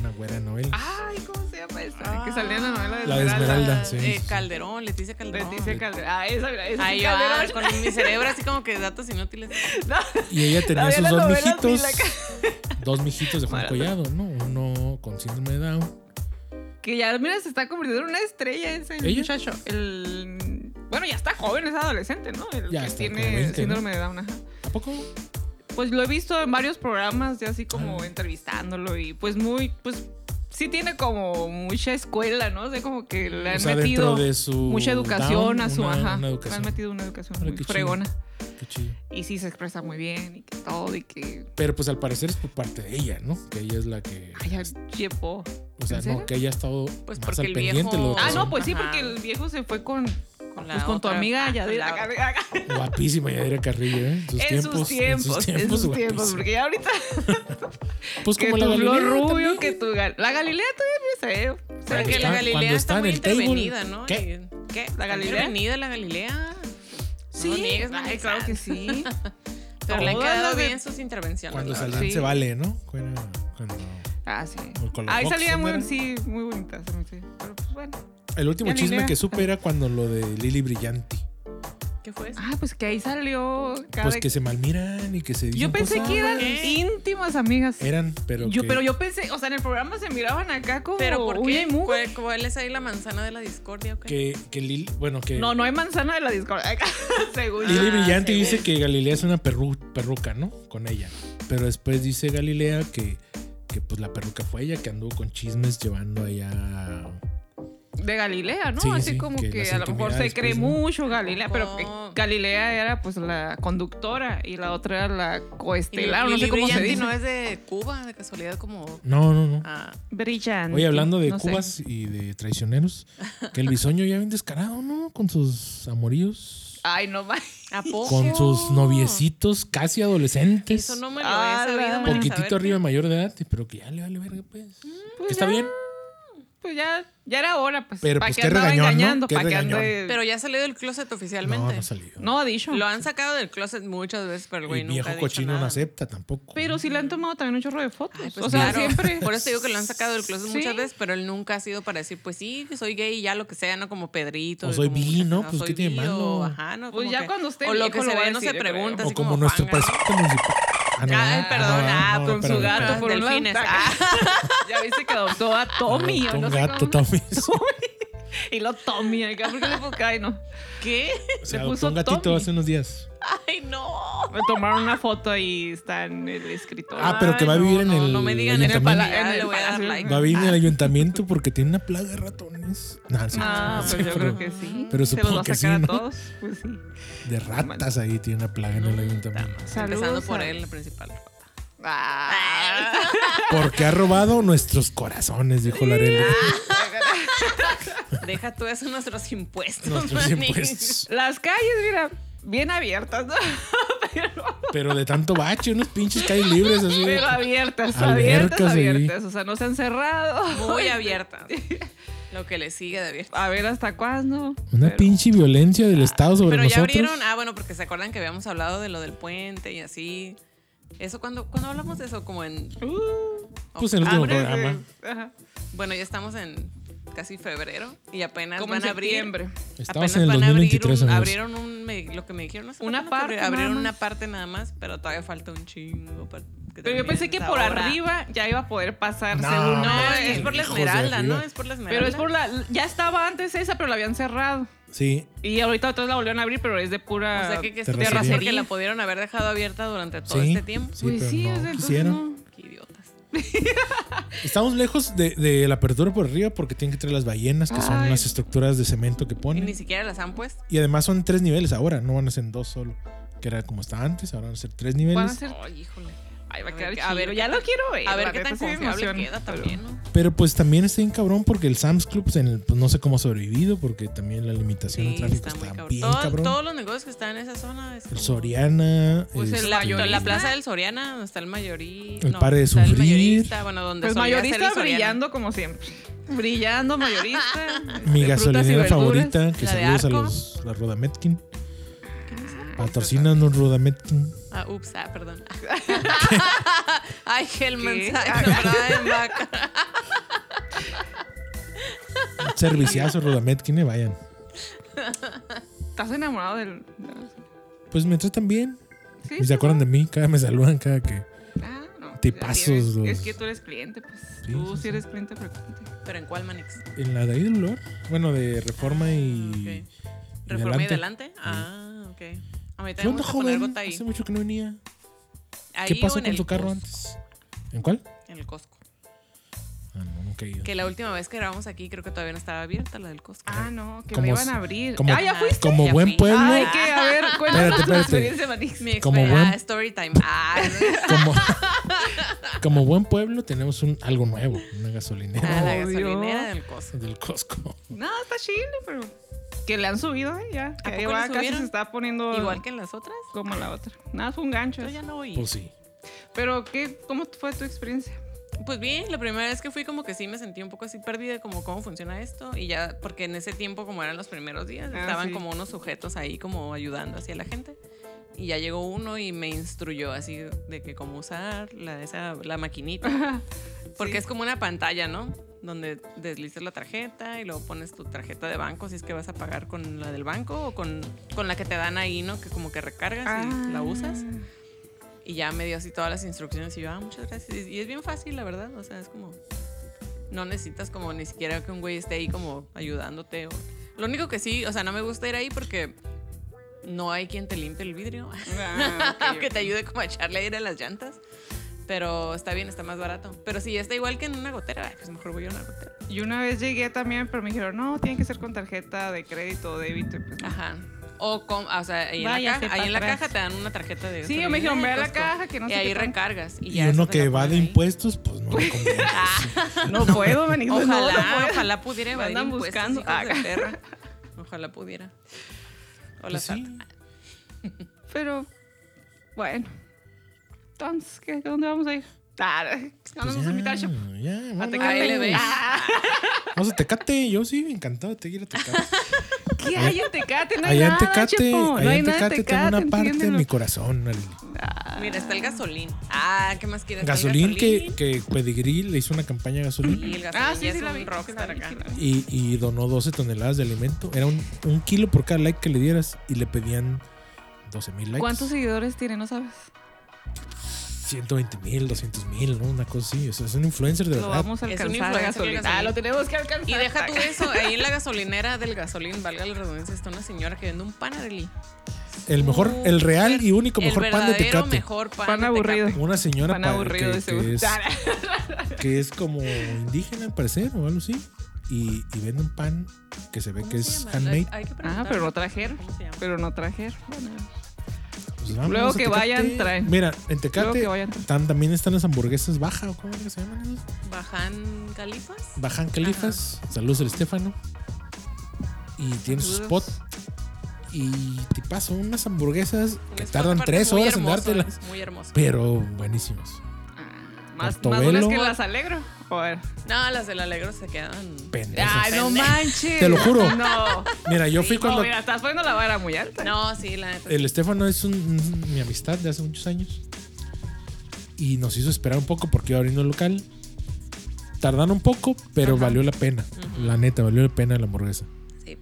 Speaker 2: una güera novela.
Speaker 1: Ay, ¿cómo se llama esa? Que salía en la novela de
Speaker 2: La de Esmeralda, sí,
Speaker 3: Eh,
Speaker 2: sí, sí.
Speaker 3: Calderón, Leticia Calderón.
Speaker 1: Leticia Calderón. Ah, esa, mira, esa
Speaker 3: Ay,
Speaker 1: sí,
Speaker 3: yo ah,
Speaker 1: Calderón.
Speaker 3: con mi cerebro así como que datos inútiles.
Speaker 1: No.
Speaker 2: Y ella tenía
Speaker 1: Todavía
Speaker 2: sus
Speaker 1: las
Speaker 2: dos
Speaker 1: novelas ni
Speaker 2: mijitos.
Speaker 1: la
Speaker 2: Dos mijitos de Juan
Speaker 1: Maravilla.
Speaker 2: Collado, ¿no? Uno con síndrome de Down.
Speaker 1: Que ya, mira, se está convirtiendo en una estrella ese
Speaker 2: ¿Ella?
Speaker 1: muchacho. El, bueno, ya está joven, es adolescente, ¿no? El
Speaker 2: Ya
Speaker 1: que
Speaker 2: está, como
Speaker 1: tiene
Speaker 2: 20,
Speaker 1: síndrome de Down. ajá.
Speaker 2: ¿A poco?
Speaker 1: Pues lo he visto en varios programas, ya así
Speaker 2: Ah.
Speaker 1: como entrevistándolo y pues muy, pues sí tiene como mucha escuela, ¿no? O sea, como que le han
Speaker 2: O sea,
Speaker 1: metido
Speaker 2: dentro de su
Speaker 1: mucha educación
Speaker 2: down,
Speaker 1: a su,
Speaker 2: una-
Speaker 1: ajá.
Speaker 2: una
Speaker 1: Le
Speaker 2: educación.
Speaker 1: han metido una educación
Speaker 2: Ahora,
Speaker 1: muy
Speaker 2: qué chido.
Speaker 1: fregona.
Speaker 2: Qué chido.
Speaker 1: Y sí se expresa muy bien y que todo y que...
Speaker 2: Pero pues al parecer es por parte de ella, ¿no? Que ella es la que.
Speaker 1: Ay, ya llevó.
Speaker 2: o sea,
Speaker 1: ¿en serio?
Speaker 2: no, que ella ha estado
Speaker 3: Pues
Speaker 2: más
Speaker 3: porque
Speaker 2: al
Speaker 3: el
Speaker 2: pendiente.
Speaker 3: viejo-
Speaker 2: lo que
Speaker 1: Ah,
Speaker 2: son.
Speaker 1: no, pues sí,
Speaker 3: Ajá.
Speaker 1: porque el viejo se fue con,
Speaker 3: Con, la
Speaker 1: pues, con tu
Speaker 3: otra-
Speaker 1: amiga ya de
Speaker 3: con la-
Speaker 1: la
Speaker 2: Guapísima Yadira Carrillo, ¿eh? En sus,
Speaker 1: En
Speaker 2: tiempos,
Speaker 1: sus tiempos, en sus tiempos,
Speaker 2: guapísima.
Speaker 1: porque ya ahorita
Speaker 2: Pues
Speaker 1: que
Speaker 2: como
Speaker 1: tu
Speaker 2: la
Speaker 1: Flor
Speaker 2: Galilea
Speaker 1: Rubio,
Speaker 2: también.
Speaker 1: que tu Gal- la Galilea todavía no sé.
Speaker 3: Porque
Speaker 2: está-
Speaker 3: la Galilea
Speaker 2: cuando está
Speaker 3: está,
Speaker 2: en
Speaker 3: muy
Speaker 2: el table.
Speaker 3: intervenida, ¿no?
Speaker 2: ¿Qué?
Speaker 3: Y- ¿Qué?
Speaker 1: Galilea?
Speaker 3: ¿La Galilea? Intervenida la Galilea. No niegues,
Speaker 1: ay,
Speaker 3: Manix.
Speaker 1: claro que sí.
Speaker 3: Pero le han
Speaker 1: Todas
Speaker 3: quedado
Speaker 1: las de-
Speaker 3: bien sus intervenciones.
Speaker 2: Cuando
Speaker 3: la
Speaker 2: salían
Speaker 1: Sí.
Speaker 2: se vale, ¿no? Cuando, cuando-
Speaker 1: Ah, sí.
Speaker 2: Con los
Speaker 1: Ahí
Speaker 2: boxes,
Speaker 1: salía
Speaker 2: ¿no
Speaker 1: muy,
Speaker 2: era?
Speaker 1: sí, muy bonita. se me hace. Pero pues bueno.
Speaker 2: El último chisme
Speaker 1: Galilea.
Speaker 2: que supe era cuando lo de Lili Brillanti.
Speaker 3: verdad. ¿Qué fue eso?
Speaker 1: Ah, pues que ahí salió cada...
Speaker 2: Pues que se malmiran y que se dicen
Speaker 1: Yo pensé
Speaker 2: cosas.
Speaker 1: que eran
Speaker 3: ¿Qué?
Speaker 1: íntimas amigas.
Speaker 2: Eran, pero.
Speaker 1: yo,
Speaker 2: que-
Speaker 1: pero yo pensé, o sea, en el programa se miraban acá como
Speaker 3: ¿Pero por
Speaker 1: uña y
Speaker 3: qué? Pues,
Speaker 1: mugre.
Speaker 3: ¿Cuál, cuál es ahí la manzana de la discordia? o qué?
Speaker 2: Que, que Lili. Bueno, que.
Speaker 1: No, no hay manzana de la discordia. Según yo.
Speaker 2: Lili
Speaker 3: Ah,
Speaker 2: Brillante
Speaker 3: según.
Speaker 2: dice que Galilea es una perru- perruca, ¿no? Con ella. Pero después dice Galilea que, que pues la perruca fue ella, que anduvo con chismes llevando allá.
Speaker 1: de Galilea, ¿no?
Speaker 2: Sí,
Speaker 1: Así
Speaker 2: sí,
Speaker 1: como
Speaker 2: que
Speaker 1: que,
Speaker 2: las
Speaker 1: a lo mejor se
Speaker 2: intimidades,
Speaker 1: cree
Speaker 2: pues, ¿no?
Speaker 1: mucho Galilea, pero que
Speaker 3: Oh.
Speaker 1: Galilea era pues la conductora y la otra era la
Speaker 3: Y
Speaker 1: coestelar, no
Speaker 3: Lili
Speaker 1: sé cómo se
Speaker 3: Brillanti
Speaker 1: dice.
Speaker 3: no es de Cuba, de casualidad, como...
Speaker 2: No, no, no.
Speaker 3: ah,
Speaker 1: Brillante.
Speaker 2: Oye, hablando de
Speaker 1: no sé.
Speaker 2: cubas y de traicioneros, que el bisoño ya bien descarado, ¿no? Con sus amoríos,
Speaker 1: Ay, no pues va.
Speaker 3: ¿A poco?
Speaker 2: con sus noviecitos casi adolescentes.
Speaker 3: Eso no me lo
Speaker 1: Ah,
Speaker 3: he sabido,
Speaker 1: la-
Speaker 3: Mana,
Speaker 2: poquitito
Speaker 3: saber
Speaker 2: arriba de mayor de edad, pero que ya le vale verga, pues.
Speaker 1: Mm,
Speaker 2: Que está bien.
Speaker 1: Pues ya, ya era hora, pues.
Speaker 2: Pero,
Speaker 1: pa'
Speaker 2: pues,
Speaker 1: que
Speaker 2: qué
Speaker 1: andaba
Speaker 2: regañón, ¿no?
Speaker 1: engañando,
Speaker 2: Qué
Speaker 1: pa' que
Speaker 2: regañón.
Speaker 1: ande-
Speaker 3: qué. Pero ya salió del closet oficialmente.
Speaker 2: No, no ha salido.
Speaker 1: no ha dicho.
Speaker 3: Lo han sacado del closet muchas veces, pero el güey
Speaker 2: el
Speaker 3: nunca ha
Speaker 2: viejo
Speaker 3: dicho
Speaker 2: cochino
Speaker 3: nada.
Speaker 2: no acepta tampoco.
Speaker 1: Pero sí le han tomado también un chorro de fotos.
Speaker 3: Ay, pues
Speaker 1: o sea,
Speaker 3: claro.
Speaker 1: siempre.
Speaker 3: Por eso te digo que lo han sacado del closet
Speaker 1: Sí.
Speaker 3: muchas veces, pero él nunca ha sido para decir, pues sí, que soy gay y ya lo que sea, no como Pedrito.
Speaker 2: O
Speaker 3: y
Speaker 2: soy
Speaker 3: como
Speaker 2: bi, ¿no?
Speaker 3: muchas-
Speaker 2: Pues,
Speaker 3: soy
Speaker 2: ¿qué tiene
Speaker 3: bi,
Speaker 2: malo?
Speaker 3: o ajá, ¿no?
Speaker 1: Pues,
Speaker 3: Como
Speaker 1: ya
Speaker 3: que-
Speaker 1: cuando esté
Speaker 3: O lo
Speaker 1: viejo
Speaker 3: que
Speaker 1: lo
Speaker 3: se
Speaker 1: va a
Speaker 3: ve no se
Speaker 1: decir, yo
Speaker 3: pregunta.
Speaker 1: creo.
Speaker 2: o
Speaker 3: así
Speaker 2: como, nuestro
Speaker 3: Juanga.
Speaker 2: presidente municipal. Ah, no,
Speaker 3: Ay,
Speaker 2: ah,
Speaker 3: perdón,
Speaker 2: no,
Speaker 3: ah,
Speaker 2: no,
Speaker 3: con su
Speaker 2: perdón,
Speaker 3: gato
Speaker 2: perdón.
Speaker 3: por un lado.
Speaker 1: Delfines.
Speaker 3: Ah.
Speaker 1: ya viste que adoptó a Tommy. o
Speaker 2: Adoptó
Speaker 1: no
Speaker 2: un
Speaker 1: sé
Speaker 2: gato
Speaker 1: cómo.
Speaker 2: Tommy.
Speaker 1: Y lo Tommy, acá, ¿por qué le puso? Ay, no.
Speaker 3: ¿Qué?
Speaker 2: Se
Speaker 1: Le
Speaker 2: adoptó
Speaker 1: puso
Speaker 2: un gatito
Speaker 1: Tommy.
Speaker 2: hace unos días.
Speaker 3: Ay, no.
Speaker 1: Me tomaron una foto y está en el escritorio.
Speaker 2: Ah, pero que va a
Speaker 3: Ay,
Speaker 2: vivir
Speaker 3: no,
Speaker 2: en
Speaker 3: no,
Speaker 2: el
Speaker 3: No me digan en el
Speaker 2: ayuntamiento.
Speaker 3: pala- en el
Speaker 1: Le voy a dar
Speaker 3: palacio.
Speaker 1: like.
Speaker 2: Va a vivir
Speaker 3: Ah,
Speaker 2: en el ayuntamiento porque tiene una plaga de ratones. No, no,
Speaker 1: Ah,
Speaker 2: no,
Speaker 1: pues
Speaker 2: sí,
Speaker 1: yo
Speaker 2: pero
Speaker 1: creo que sí.
Speaker 2: pero
Speaker 1: Se los
Speaker 2: supongo
Speaker 1: va a
Speaker 2: que sí,
Speaker 1: sacar
Speaker 2: ¿no?
Speaker 1: a todos. Pues sí.
Speaker 2: De ratas ahí tiene una plaga en el ayuntamiento.
Speaker 3: Empezando
Speaker 1: Saludos
Speaker 3: por
Speaker 1: a-
Speaker 3: él, la principal.
Speaker 1: Ah.
Speaker 2: Porque ha robado nuestros corazones, dijo Larela.
Speaker 3: Deja tú eso nuestros impuestos.
Speaker 2: Nuestros
Speaker 3: manín.
Speaker 2: impuestos.
Speaker 1: Las calles, mira, bien abiertas, ¿no? Pero,
Speaker 2: Pero de tanto bache, unos pinches calles libres así. de-
Speaker 1: pero abiertas, abiertas,
Speaker 2: Albercas ahí.
Speaker 1: abiertas. O sea, no se han cerrado.
Speaker 3: Muy abierta. Lo que le sigue de abierta.
Speaker 1: A ver hasta cuándo.
Speaker 2: Una
Speaker 1: Pero-
Speaker 2: pinche violencia del Estado sobre
Speaker 3: Pero ya
Speaker 2: nosotros.
Speaker 3: abrieron. Ah, bueno, porque se acuerdan que habíamos hablado de lo del puente y así. Eso cuando, cuando hablamos de eso, como en.
Speaker 1: Uh,
Speaker 2: Pues en el último
Speaker 1: abres,
Speaker 2: programa.
Speaker 1: eh, ajá.
Speaker 3: Bueno, ya estamos en casi febrero y apenas
Speaker 1: Como
Speaker 3: van
Speaker 1: en
Speaker 3: a abrir.
Speaker 1: septiembre.
Speaker 2: Estamos
Speaker 3: apenas
Speaker 2: en el
Speaker 3: van a abrir
Speaker 2: 2023,
Speaker 3: un-
Speaker 2: amigos.
Speaker 3: abrieron un, me- lo que me dijeron, no sé,
Speaker 1: Una
Speaker 3: ¿cuándo que abri-
Speaker 1: parte nada
Speaker 3: abrieron
Speaker 1: más.
Speaker 3: una parte nada más, pero todavía falta un chingo. para
Speaker 1: Pero yo
Speaker 3: termine
Speaker 1: pensé que
Speaker 3: esa
Speaker 1: por
Speaker 3: obra.
Speaker 1: arriba ya iba a poder pasar,
Speaker 2: No,
Speaker 1: según.
Speaker 3: No,
Speaker 2: Ah,
Speaker 3: es por la
Speaker 2: hijos de
Speaker 3: esmeralda,
Speaker 2: arriba.
Speaker 3: ¿no? Es por la esmeralda.
Speaker 1: Pero es por la. Ya estaba antes esa, pero la habían cerrado.
Speaker 2: Sí,
Speaker 1: Y ahorita otra vez la volvieron a abrir, pero es de pura.
Speaker 3: O sea, que, que es
Speaker 2: Terracería.
Speaker 3: terracería. Porque la pudieron haber dejado abierta durante todo
Speaker 2: sí.
Speaker 3: este tiempo.
Speaker 2: sí,
Speaker 1: Pues
Speaker 2: pero
Speaker 1: sí,
Speaker 2: no
Speaker 1: o sea, entonces
Speaker 2: quisieron.
Speaker 1: no.
Speaker 3: Qué idiotas.
Speaker 2: Estamos lejos de, de la apertura por arriba porque tienen que traer las ballenas, que son
Speaker 1: Ay.
Speaker 2: las estructuras de cemento que
Speaker 3: Y
Speaker 2: ponen.
Speaker 3: ni siquiera las han puesto.
Speaker 2: Y además son tres niveles ahora, no van a ser dos solo. Que era como estaba antes, ahora van a ser tres
Speaker 1: Van a
Speaker 2: niveles.
Speaker 1: ser.
Speaker 3: Ay, híjole.
Speaker 1: Ay, va a
Speaker 3: A
Speaker 1: quedar
Speaker 3: ver,
Speaker 1: chido.
Speaker 3: a ver,
Speaker 1: ya
Speaker 3: ¿qué
Speaker 1: lo
Speaker 3: tal-
Speaker 1: quiero ver.
Speaker 3: A ver
Speaker 1: la
Speaker 3: qué
Speaker 1: neta,
Speaker 3: tan
Speaker 1: sí me
Speaker 3: confiable
Speaker 1: emociona,
Speaker 3: queda
Speaker 1: pero-
Speaker 3: también, ¿no?
Speaker 2: Pero pues también está bien cabrón porque el Sam's Club, pues, en el- pues, no sé cómo ha sobrevivido porque también la limitación de
Speaker 3: Sí,
Speaker 2: tráfico
Speaker 3: está
Speaker 2: está,
Speaker 3: muy cabrón.
Speaker 2: bien
Speaker 3: Todo-
Speaker 2: cabrón.
Speaker 3: Todos los negocios que están en esa zona. Es
Speaker 2: El
Speaker 3: como-
Speaker 2: Soriana.
Speaker 1: Pues el
Speaker 2: este,
Speaker 3: La,
Speaker 1: mayorista.
Speaker 3: la plaza del Soriana, donde está el mayorista.
Speaker 2: El Pare de
Speaker 3: está El
Speaker 2: Sufrir.
Speaker 3: mayorista, bueno, donde
Speaker 1: Pues
Speaker 3: solía ser el
Speaker 1: mayorista
Speaker 3: Soriana.
Speaker 1: brillando como siempre. Brillando, mayorista. este,
Speaker 2: Mi
Speaker 1: frutas y
Speaker 2: gasolinera
Speaker 1: verduras.
Speaker 2: favorita, que
Speaker 3: La de
Speaker 2: saludos a
Speaker 3: Arco.
Speaker 2: los la Rodametkin.
Speaker 1: Ah,
Speaker 2: Patrocínanos Rodametkin.
Speaker 3: Ah, ups, ah, perdón. Ah, Ay, Helman,
Speaker 1: ¿Qué?
Speaker 3: ay, nombrada en vaca.
Speaker 2: Serviciazo Rodametkin, eh, vayan.
Speaker 1: ¿Estás enamorado del.?
Speaker 2: Pues me tratan bien.
Speaker 1: Sí,
Speaker 2: Y se acuerdan de mí, cada me saludan, cada que.
Speaker 1: Ah, no.
Speaker 2: Te
Speaker 1: ya
Speaker 2: pasos
Speaker 1: tienes-
Speaker 2: los-
Speaker 1: Es que tú eres cliente, pues.
Speaker 2: Sí,
Speaker 1: tú
Speaker 2: sí,
Speaker 1: si
Speaker 2: sí.
Speaker 1: eres cliente frecuente.
Speaker 3: ¿Pero en cuál, Manix?
Speaker 2: En la de ahí del olor. Bueno, de reforma y.
Speaker 3: Ok. ¿Reforma y delante? Ah, ok. A mí
Speaker 2: ¿Qué
Speaker 3: también me
Speaker 2: onda,
Speaker 3: gusta poner
Speaker 2: joven?
Speaker 3: gota ahí.
Speaker 2: Hace mucho que no venía.
Speaker 3: Ahí
Speaker 2: ¿Qué
Speaker 3: o
Speaker 2: pasó
Speaker 3: en
Speaker 2: con
Speaker 3: el
Speaker 2: tu carro
Speaker 3: Costco.
Speaker 2: antes? ¿En cuál?
Speaker 3: En el Costco.
Speaker 2: Ah, no, nunca he ido.
Speaker 3: Que la última vez que grabamos aquí creo que todavía no estaba abierta la del Costco.
Speaker 1: Ah, no, que
Speaker 2: Como
Speaker 1: me iban
Speaker 2: si-
Speaker 1: a abrir.
Speaker 2: como-
Speaker 1: ah, ya fuiste.
Speaker 2: Como
Speaker 3: Ya
Speaker 2: buen
Speaker 3: fui.
Speaker 2: pueblo.
Speaker 1: Ay, que a ver, cuéntanos tu
Speaker 2: espérate.
Speaker 1: experiencia, Manix.
Speaker 3: Mi
Speaker 2: Como
Speaker 3: experiencia-
Speaker 2: buen-
Speaker 3: ah, story time. Ah,
Speaker 2: Como, como buen pueblo, tenemos un, algo nuevo. Una
Speaker 3: ah,
Speaker 2: gasolinera
Speaker 3: la
Speaker 1: Obvio.
Speaker 3: gasolinera del Costco.
Speaker 2: del Costco.
Speaker 1: No, está chido, pero. Que le han subido, eh, ya. Que
Speaker 3: ¿A
Speaker 1: ahí
Speaker 3: poco
Speaker 1: va,
Speaker 3: le
Speaker 1: casi
Speaker 3: subieron?
Speaker 1: se está poniendo.
Speaker 3: Igual que en las otras.
Speaker 1: Como la otra. Nada, fue un gancho.
Speaker 3: Yo ya no voy.
Speaker 2: Pues sí.
Speaker 1: Pero, ¿qué, ¿cómo fue tu experiencia?
Speaker 3: Pues bien, la primera vez que fui como que sí me sentí un poco así perdida, como cómo funciona esto. Y ya, porque en ese tiempo como eran los primeros días,
Speaker 1: Ah,
Speaker 3: estaban
Speaker 1: sí.
Speaker 3: como unos sujetos ahí como ayudando así a la gente. Y ya llegó uno y me instruyó así de que cómo usar la, esa, la maquinita. Porque
Speaker 1: Sí.
Speaker 3: es como una pantalla, ¿no? Donde deslizas la tarjeta y luego pones tu tarjeta de banco si es que vas a pagar con la del banco o con, con la que te dan ahí, ¿no? Que como que recargas
Speaker 1: Ah.
Speaker 3: y ¿Ah, la usas. Y ya me dio así todas las instrucciones y yo, ah, muchas gracias. Y- Y es bien fácil, la verdad. O sea, es como... No necesitas como ni siquiera que un güey esté ahí como ayudándote. o- Lo único que sí, o sea, no me gusta ir ahí porque no hay quien te limpie el vidrio.
Speaker 1: Ah, ok,
Speaker 3: que
Speaker 1: ok.
Speaker 3: te ayude como a echarle aire a las llantas. Pero está bien, está más barato. Pero si está igual que en una gotera, ay, pues mejor voy a una gotera.
Speaker 1: Y una vez llegué también, pero me dijeron, no, tiene que ser con tarjeta de crédito o débito. y pues, no.
Speaker 3: Ajá. O, con, o sea, ahí en, la
Speaker 1: Váyase
Speaker 3: caja,
Speaker 1: pa'
Speaker 3: ahí en la
Speaker 1: atrás.
Speaker 3: caja te dan una tarjeta de...
Speaker 1: Sí, yo me dijeron, ve a la
Speaker 3: Costco.
Speaker 1: caja, que no
Speaker 3: Y
Speaker 1: sé qué
Speaker 3: ahí
Speaker 1: tanto.
Speaker 3: recargas. Y,
Speaker 2: Y,
Speaker 3: ya
Speaker 2: uno
Speaker 3: esa te la
Speaker 2: que va de
Speaker 3: ponen ahí. Ah,
Speaker 2: impuestos, pues no. le conviene.
Speaker 1: No puedo, Manix. no,
Speaker 3: Ojalá,
Speaker 1: no puedo.
Speaker 3: ojalá pudiera
Speaker 1: Me
Speaker 3: evadir
Speaker 1: andan
Speaker 3: impuestos,
Speaker 1: buscando.
Speaker 3: hijos de
Speaker 1: Ah.
Speaker 3: perra. Ojalá pudiera. Hola,
Speaker 2: Pues sí.
Speaker 1: Pero, bueno. Entonces, ¿qué, ¿dónde vamos a ir? Ah, no
Speaker 2: Pues
Speaker 1: nos vas a invitar, Shop.
Speaker 2: ya,
Speaker 1: A
Speaker 2: vámonos.
Speaker 1: Tecate.
Speaker 3: ALB.
Speaker 1: Ah,
Speaker 2: Vamos a Tecate. Yo sí, encantado de ir a Tecate.
Speaker 1: ¿Qué hay en Tecate? No hay
Speaker 2: allá en
Speaker 1: nada,
Speaker 2: Tecate,
Speaker 1: Chepo, no
Speaker 2: allá
Speaker 1: hay
Speaker 2: en
Speaker 1: nada en
Speaker 2: Tecate tengo una parte de
Speaker 1: entiéndelo.
Speaker 2: mi corazón. Arely.
Speaker 3: Mira, está el gasolín. Ah, ¿qué más quieres? Está el
Speaker 2: Gasolín que, que Pedigrí le hizo una campaña a Gasolín.
Speaker 3: Y el gasolín
Speaker 1: Ah, sí,
Speaker 3: ya
Speaker 1: sí
Speaker 3: es
Speaker 1: la
Speaker 3: un
Speaker 1: vi. sí la
Speaker 3: rockstar
Speaker 1: vi,
Speaker 3: acá.
Speaker 1: sí la vi.
Speaker 2: y, y donó 12 toneladas de alimento. Era un, un kilo por cada like que le dieras y le pedían 12 mil likes.
Speaker 1: ¿Cuántos seguidores tiene? No sabes.
Speaker 2: 120 mil, 200 mil, ¿no? Una cosa así. O sea, es un influencer de
Speaker 1: Lo
Speaker 2: verdad.
Speaker 1: vamos a
Speaker 3: Es un
Speaker 1: alcanzar.
Speaker 3: influencer
Speaker 1: gasolina.
Speaker 3: gasolina.
Speaker 1: Ah, lo tenemos que alcanzar.
Speaker 3: Y deja tú eso, ahí en la gasolinera del gasolín, valga la redundancia, está una señora que vende un pan, Arely.
Speaker 2: El mejor, el real y único
Speaker 3: El
Speaker 2: mejor pan de
Speaker 3: verdadero
Speaker 2: Tecate.
Speaker 3: mejor pan,
Speaker 1: Pan
Speaker 3: de
Speaker 1: aburrido.
Speaker 3: Tecate.
Speaker 2: Una señora
Speaker 1: Pan
Speaker 2: pa-
Speaker 1: aburrido
Speaker 2: que,
Speaker 1: de seguro.
Speaker 2: que es, que es como indígena al parecer o algo así. Y, y vende un pan que se ve
Speaker 3: ¿Cómo
Speaker 2: que
Speaker 3: se
Speaker 2: es
Speaker 3: llama?
Speaker 2: handmade.
Speaker 3: Hay que
Speaker 1: Ah,
Speaker 3: preguntarle.
Speaker 1: pero no trajeron.
Speaker 3: ¿Cómo se llama?
Speaker 1: Pero no trajeron.
Speaker 2: Pues vamos
Speaker 1: Luego
Speaker 2: a
Speaker 1: que
Speaker 2: Tecate.
Speaker 1: vayan, traen.
Speaker 2: Mira, en Tecate
Speaker 1: que vayan, traen.
Speaker 2: tan- también están las hamburguesas baja o cómo es que se llaman esas.
Speaker 3: Bajan Califas.
Speaker 2: Bajan Califas. Saludos al Estefano. Y tiene su spot.
Speaker 1: Saludos.
Speaker 2: Y te paso unas hamburguesas
Speaker 3: Un
Speaker 2: que
Speaker 3: spot
Speaker 2: tardan
Speaker 3: aparte
Speaker 2: tres
Speaker 3: muy
Speaker 2: horas en
Speaker 3: hermoso,
Speaker 2: dártelas.
Speaker 3: es Muy hermoso.
Speaker 2: Pero buenísimas.
Speaker 1: Ah, Más, más
Speaker 2: Portobelo.
Speaker 1: buenas que las alegro. A ver.
Speaker 3: No, las del Alegro se quedan.
Speaker 2: Pendejas.
Speaker 1: Ay, no manches.
Speaker 2: Te lo juro.
Speaker 1: No.
Speaker 2: Mira, yo fui
Speaker 1: No,
Speaker 2: cuando.
Speaker 1: mira, estás poniendo la vara muy alta.
Speaker 3: No, sí, la neta.
Speaker 2: El Estefano es un- un- mi amistad de hace muchos años. Y nos hizo esperar un poco porque iba abriendo el local. Tardaron un poco, pero valió la pena. La neta, valió la pena la hamburguesa.
Speaker 3: Sí.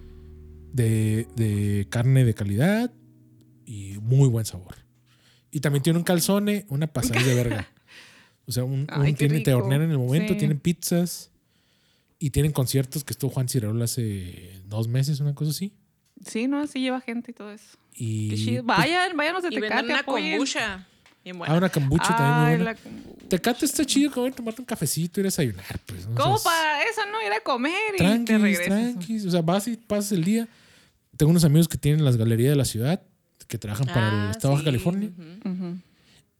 Speaker 2: De, de carne de calidad y muy buen sabor. Y también tiene un calzone, una pasada de verga. O sea, un,
Speaker 1: Ay,
Speaker 2: un
Speaker 1: qué
Speaker 2: tiene te
Speaker 1: rico.
Speaker 2: hornean en el momento,
Speaker 1: Sí.
Speaker 2: tienen pizzas y tienen conciertos que estuvo Juan Cirerol hace dos meses, una cosa así.
Speaker 1: Sí, no, sí lleva gente y todo eso. Qué
Speaker 2: Y
Speaker 1: chido. Vayan, váyanos a
Speaker 3: Y
Speaker 1: Tecate.
Speaker 3: venden una
Speaker 1: apoyen.
Speaker 3: kombucha. Bien buena.
Speaker 2: Ah, una kombucha también. muy
Speaker 1: Ay,
Speaker 2: buena.
Speaker 1: la kombu-
Speaker 2: Tecate está chido como ir a tomarte un cafecito y ir a desayunar, pues. ¿no? O sea,
Speaker 1: ¿Cómo
Speaker 2: es
Speaker 1: para eso, no? Ir a comer y te
Speaker 2: Tranquis,
Speaker 1: regresas.
Speaker 2: tranquis. O sea, vas y pasas el día. Tengo unos amigos que tienen las galerías de la ciudad que trabajan para el
Speaker 3: Ah,
Speaker 2: Estado de Baja
Speaker 3: sí,
Speaker 2: California.
Speaker 3: ujú.
Speaker 1: Ujú.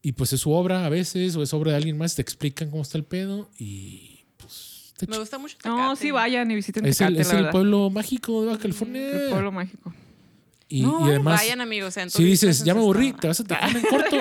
Speaker 2: Y pues es su obra a veces o es obra de alguien más. Te explican cómo está el pedo y pues está
Speaker 3: Me
Speaker 2: chido.
Speaker 3: gusta mucho.
Speaker 1: No,
Speaker 3: Tecate.
Speaker 1: sí vayan y visiten
Speaker 2: Es
Speaker 1: Tecate,
Speaker 2: el, es
Speaker 1: la
Speaker 2: el
Speaker 1: verdad.
Speaker 2: pueblo mágico de Baja California.
Speaker 1: El pueblo mágico.
Speaker 2: Y,
Speaker 3: No,
Speaker 2: y además,
Speaker 3: vayan, amigos. sean
Speaker 2: si dices,
Speaker 3: turistas en
Speaker 2: ya me
Speaker 3: su
Speaker 2: aburrí,
Speaker 3: estado.
Speaker 2: te vas a Tijuana en corto.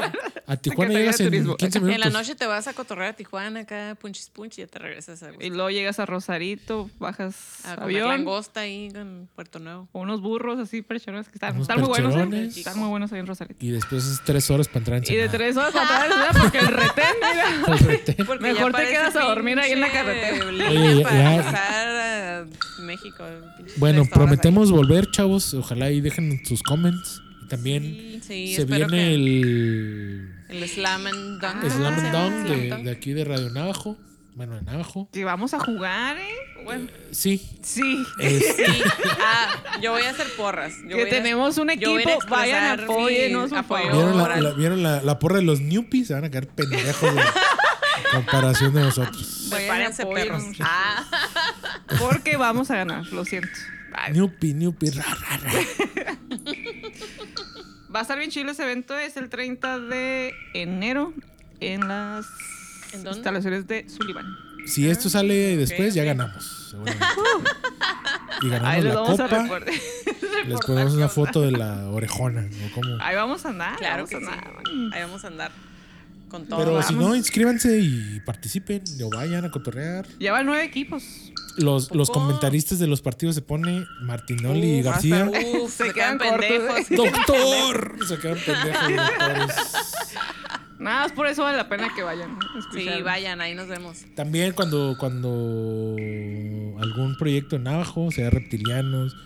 Speaker 2: A Tijuana
Speaker 1: Secretaría
Speaker 2: llegas
Speaker 1: de
Speaker 2: en
Speaker 1: Turismo.
Speaker 2: 15 minutos.
Speaker 3: En la noche te vas a cotorrear a Tijuana, acá, punchis punchis, y ya te regresas a,
Speaker 1: Y luego llegas a Rosarito, bajas
Speaker 3: a comer
Speaker 1: avión,
Speaker 3: langosta ahí en Puerto Nuevo.
Speaker 1: o unos burros así percherones que están,
Speaker 2: Unos
Speaker 1: están muy buenos. ¿eh?
Speaker 2: percherones.
Speaker 1: Están muy buenos ahí en Rosarito.
Speaker 2: Y después es tres horas para entrar en
Speaker 1: Y de
Speaker 2: Ensenada.
Speaker 1: tres horas para atrás, ¿verdad? porque el retén, mira.
Speaker 3: Porque
Speaker 1: Mejor
Speaker 3: ya
Speaker 1: te
Speaker 3: parece
Speaker 1: quedas a dormir ahí en la
Speaker 3: pinche
Speaker 1: carretera.
Speaker 3: línea
Speaker 2: Oye, ya-
Speaker 3: para
Speaker 2: ya.
Speaker 3: pasar a México. pinches
Speaker 2: Bueno,
Speaker 3: tres horas
Speaker 2: prometemos volver, chavos. Ojalá y dejen sus comments. Y
Speaker 3: ahí.
Speaker 2: también
Speaker 3: Sí, sí,
Speaker 2: se
Speaker 3: espero
Speaker 2: viene
Speaker 3: que-
Speaker 2: el
Speaker 3: El Slam and Dunk.
Speaker 2: el Slam and
Speaker 3: Ah,
Speaker 2: Dunk
Speaker 3: Slam
Speaker 2: de,
Speaker 3: Dunk.
Speaker 2: de aquí de Radio Navajo. Bueno, de Navajo.
Speaker 1: Y vamos a jugar, ¿eh? Bueno,
Speaker 2: Sí.
Speaker 1: sí.
Speaker 2: es-
Speaker 3: Sí. Ah, yo voy a hacer porras. Yo voy
Speaker 1: que
Speaker 3: a-
Speaker 1: tenemos un
Speaker 3: yo
Speaker 1: equipo,
Speaker 3: voy a expresar
Speaker 1: vayan,
Speaker 3: mi
Speaker 1: apóyennos, por
Speaker 3: apoyo.
Speaker 1: favor.
Speaker 2: ¿Vieron, la,
Speaker 3: Órale.
Speaker 2: la- vieron la- la porra de los newbies? Se van a quedar pendejos de comparación de nosotros.
Speaker 3: Prepárense,
Speaker 1: Vayan,
Speaker 3: perros.
Speaker 1: apóyennos.
Speaker 3: Ah,
Speaker 1: Porque vamos a ganar, lo siento. Ay,
Speaker 2: Newpie, newpie, ra, ra, ra.
Speaker 1: Va a estar bien chido ese evento, es el 30 de enero en las
Speaker 3: ¿En dónde?
Speaker 1: instalaciones de Sullivan.
Speaker 2: Si esto sale después, ya ganamos. seguramente. Y
Speaker 1: Ahí
Speaker 2: ganamos
Speaker 1: les
Speaker 2: la
Speaker 1: vamos a
Speaker 2: copa.
Speaker 1: recordar.
Speaker 2: Les ponemos una foto de la orejona. ¿no? Como-
Speaker 1: Ahí vamos a andar.
Speaker 3: claro
Speaker 1: vamos
Speaker 3: que
Speaker 1: a
Speaker 3: sí.
Speaker 1: andar.
Speaker 3: Ahí vamos a andar con todo.
Speaker 2: Pero si
Speaker 1: vamos.
Speaker 2: no, inscríbanse y participen. O vayan a cotorrear.
Speaker 1: Ya van nueve equipos.
Speaker 2: Los, los
Speaker 3: Poco.
Speaker 2: comentaristas de los partidos se pone Martinoli y
Speaker 1: Uh, va a
Speaker 2: García.
Speaker 1: estar-
Speaker 3: Uf,
Speaker 1: Se
Speaker 3: se,
Speaker 1: quedan
Speaker 3: quedan,
Speaker 1: cortos, eh.
Speaker 3: pendejos.
Speaker 2: ¡Doctor! Se quedan pendejos. doctores.
Speaker 1: Nada más por eso vale la pena que vayan. a escuchar.
Speaker 3: Sí, vayan, ahí nos vemos.
Speaker 2: También cuando, cuando algún proyecto en Navajo, sea reptilianos,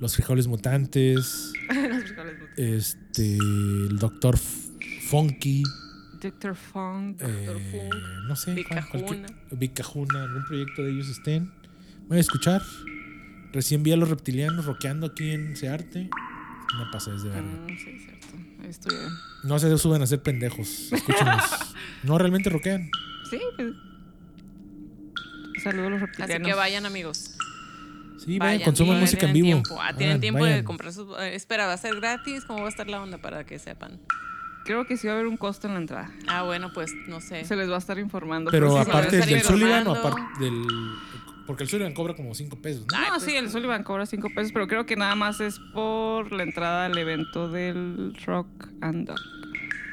Speaker 2: los frijoles mutantes,
Speaker 1: Los frijoles no-
Speaker 2: este, el doctor F- Funky,
Speaker 1: Dr. Funk.
Speaker 2: eh, no sé, cuál- cualquier-
Speaker 3: Vicajuna.
Speaker 2: Vicajuna, algún proyecto de ellos estén. Voy a escuchar. Recién vi a los reptilianos roqueando aquí en Searte. Una pasada de verga.
Speaker 1: Mm, sí, cierto. Ahí estuvieron.
Speaker 2: No se suban a ser pendejos. Escúchenlos. no realmente roquean.
Speaker 1: Sí, pues. Saludos a los
Speaker 3: Así
Speaker 1: reptilianos.
Speaker 3: que vayan, amigos.
Speaker 2: Sí, vayan,
Speaker 3: Vayan,
Speaker 2: consuman
Speaker 3: sí,
Speaker 2: música en
Speaker 3: tienen
Speaker 2: vivo.
Speaker 3: tiempo. Ah, tienen
Speaker 2: Vayan,
Speaker 3: tiempo de
Speaker 2: vayan.
Speaker 3: comprar sus. eh, espera, ¿va a ser gratis? ¿Cómo va a estar la onda para que sepan?
Speaker 1: Creo que sí va a haber un costo en la entrada.
Speaker 3: Ah, bueno, pues no sé.
Speaker 1: Se les va a estar informando.
Speaker 2: Pero
Speaker 1: por si se
Speaker 3: van a
Speaker 2: aparte
Speaker 1: les-
Speaker 3: estar
Speaker 2: del Sullivan o
Speaker 3: informando.
Speaker 2: aparte del. Porque el Sullivan cobra como 5 pesos, ¿no?
Speaker 1: No, pues sí, el Sullivan cobra 5 pesos, pero creo que nada más es por la entrada al evento del Rock and Dunk.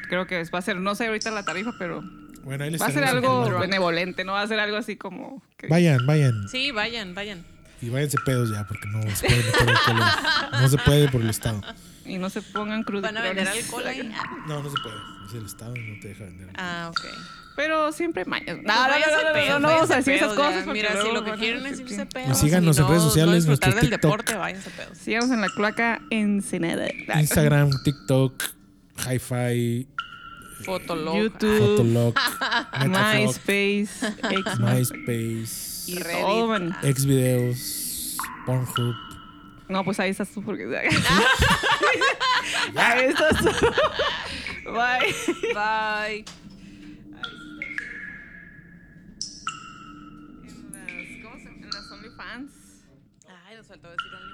Speaker 1: Creo que es- va a ser, no sé ahorita la tarifa, pero
Speaker 2: Bueno, ahí les
Speaker 1: va a ser
Speaker 2: tenemos
Speaker 1: algo
Speaker 2: informado.
Speaker 1: benevolente, no va a ser algo así como... que-
Speaker 2: Vayan, vayan.
Speaker 3: Sí, vayan, vayan.
Speaker 2: Y váyanse pedos ya, porque no se puede meter alcohol ahí. No se puede por el Estado.
Speaker 1: Y no se pongan crudos.
Speaker 3: Van a vender alcohol ahí.
Speaker 2: No, no se puede. Es el Estado y no te deja vender.
Speaker 3: Ah, ok.
Speaker 1: Pero siempre hay mañas. No,
Speaker 3: Pues
Speaker 1: no, no,
Speaker 3: váyanse
Speaker 1: no, no,
Speaker 3: pedos,
Speaker 1: no, no vamos
Speaker 3: váyanse
Speaker 1: a decir esas
Speaker 3: pedos, ya.
Speaker 1: cosas. porque
Speaker 3: Mira, si
Speaker 1: luego
Speaker 3: lo que
Speaker 1: van a
Speaker 3: quieren es
Speaker 1: decir
Speaker 3: irse
Speaker 1: que-
Speaker 3: pedos.
Speaker 2: síganos
Speaker 3: y
Speaker 2: en redes
Speaker 3: no-
Speaker 2: sociales,
Speaker 3: No disfrutar
Speaker 2: nuestro
Speaker 3: del
Speaker 2: TikTok.
Speaker 3: deporte, váyanse pedos.
Speaker 1: Síganos en la cloaca Ensenada.
Speaker 2: Instagram, TikTok, Hi-Fi,
Speaker 3: Fotolog.
Speaker 1: YouTube,
Speaker 2: Fotolog, Metaflog,
Speaker 1: MySpace, Xbox.
Speaker 2: MySpace,
Speaker 3: Y Reddit.
Speaker 1: Todo, man.
Speaker 2: Xvideos, Pornhub.
Speaker 1: No, pues ahí estás tú porque...
Speaker 2: Ya
Speaker 1: Bye. Esto es- Bye.
Speaker 3: Bye.
Speaker 1: En las, ¿Cómo se En las OnlyFans.
Speaker 3: Ay, nos faltó decir OnlyFans.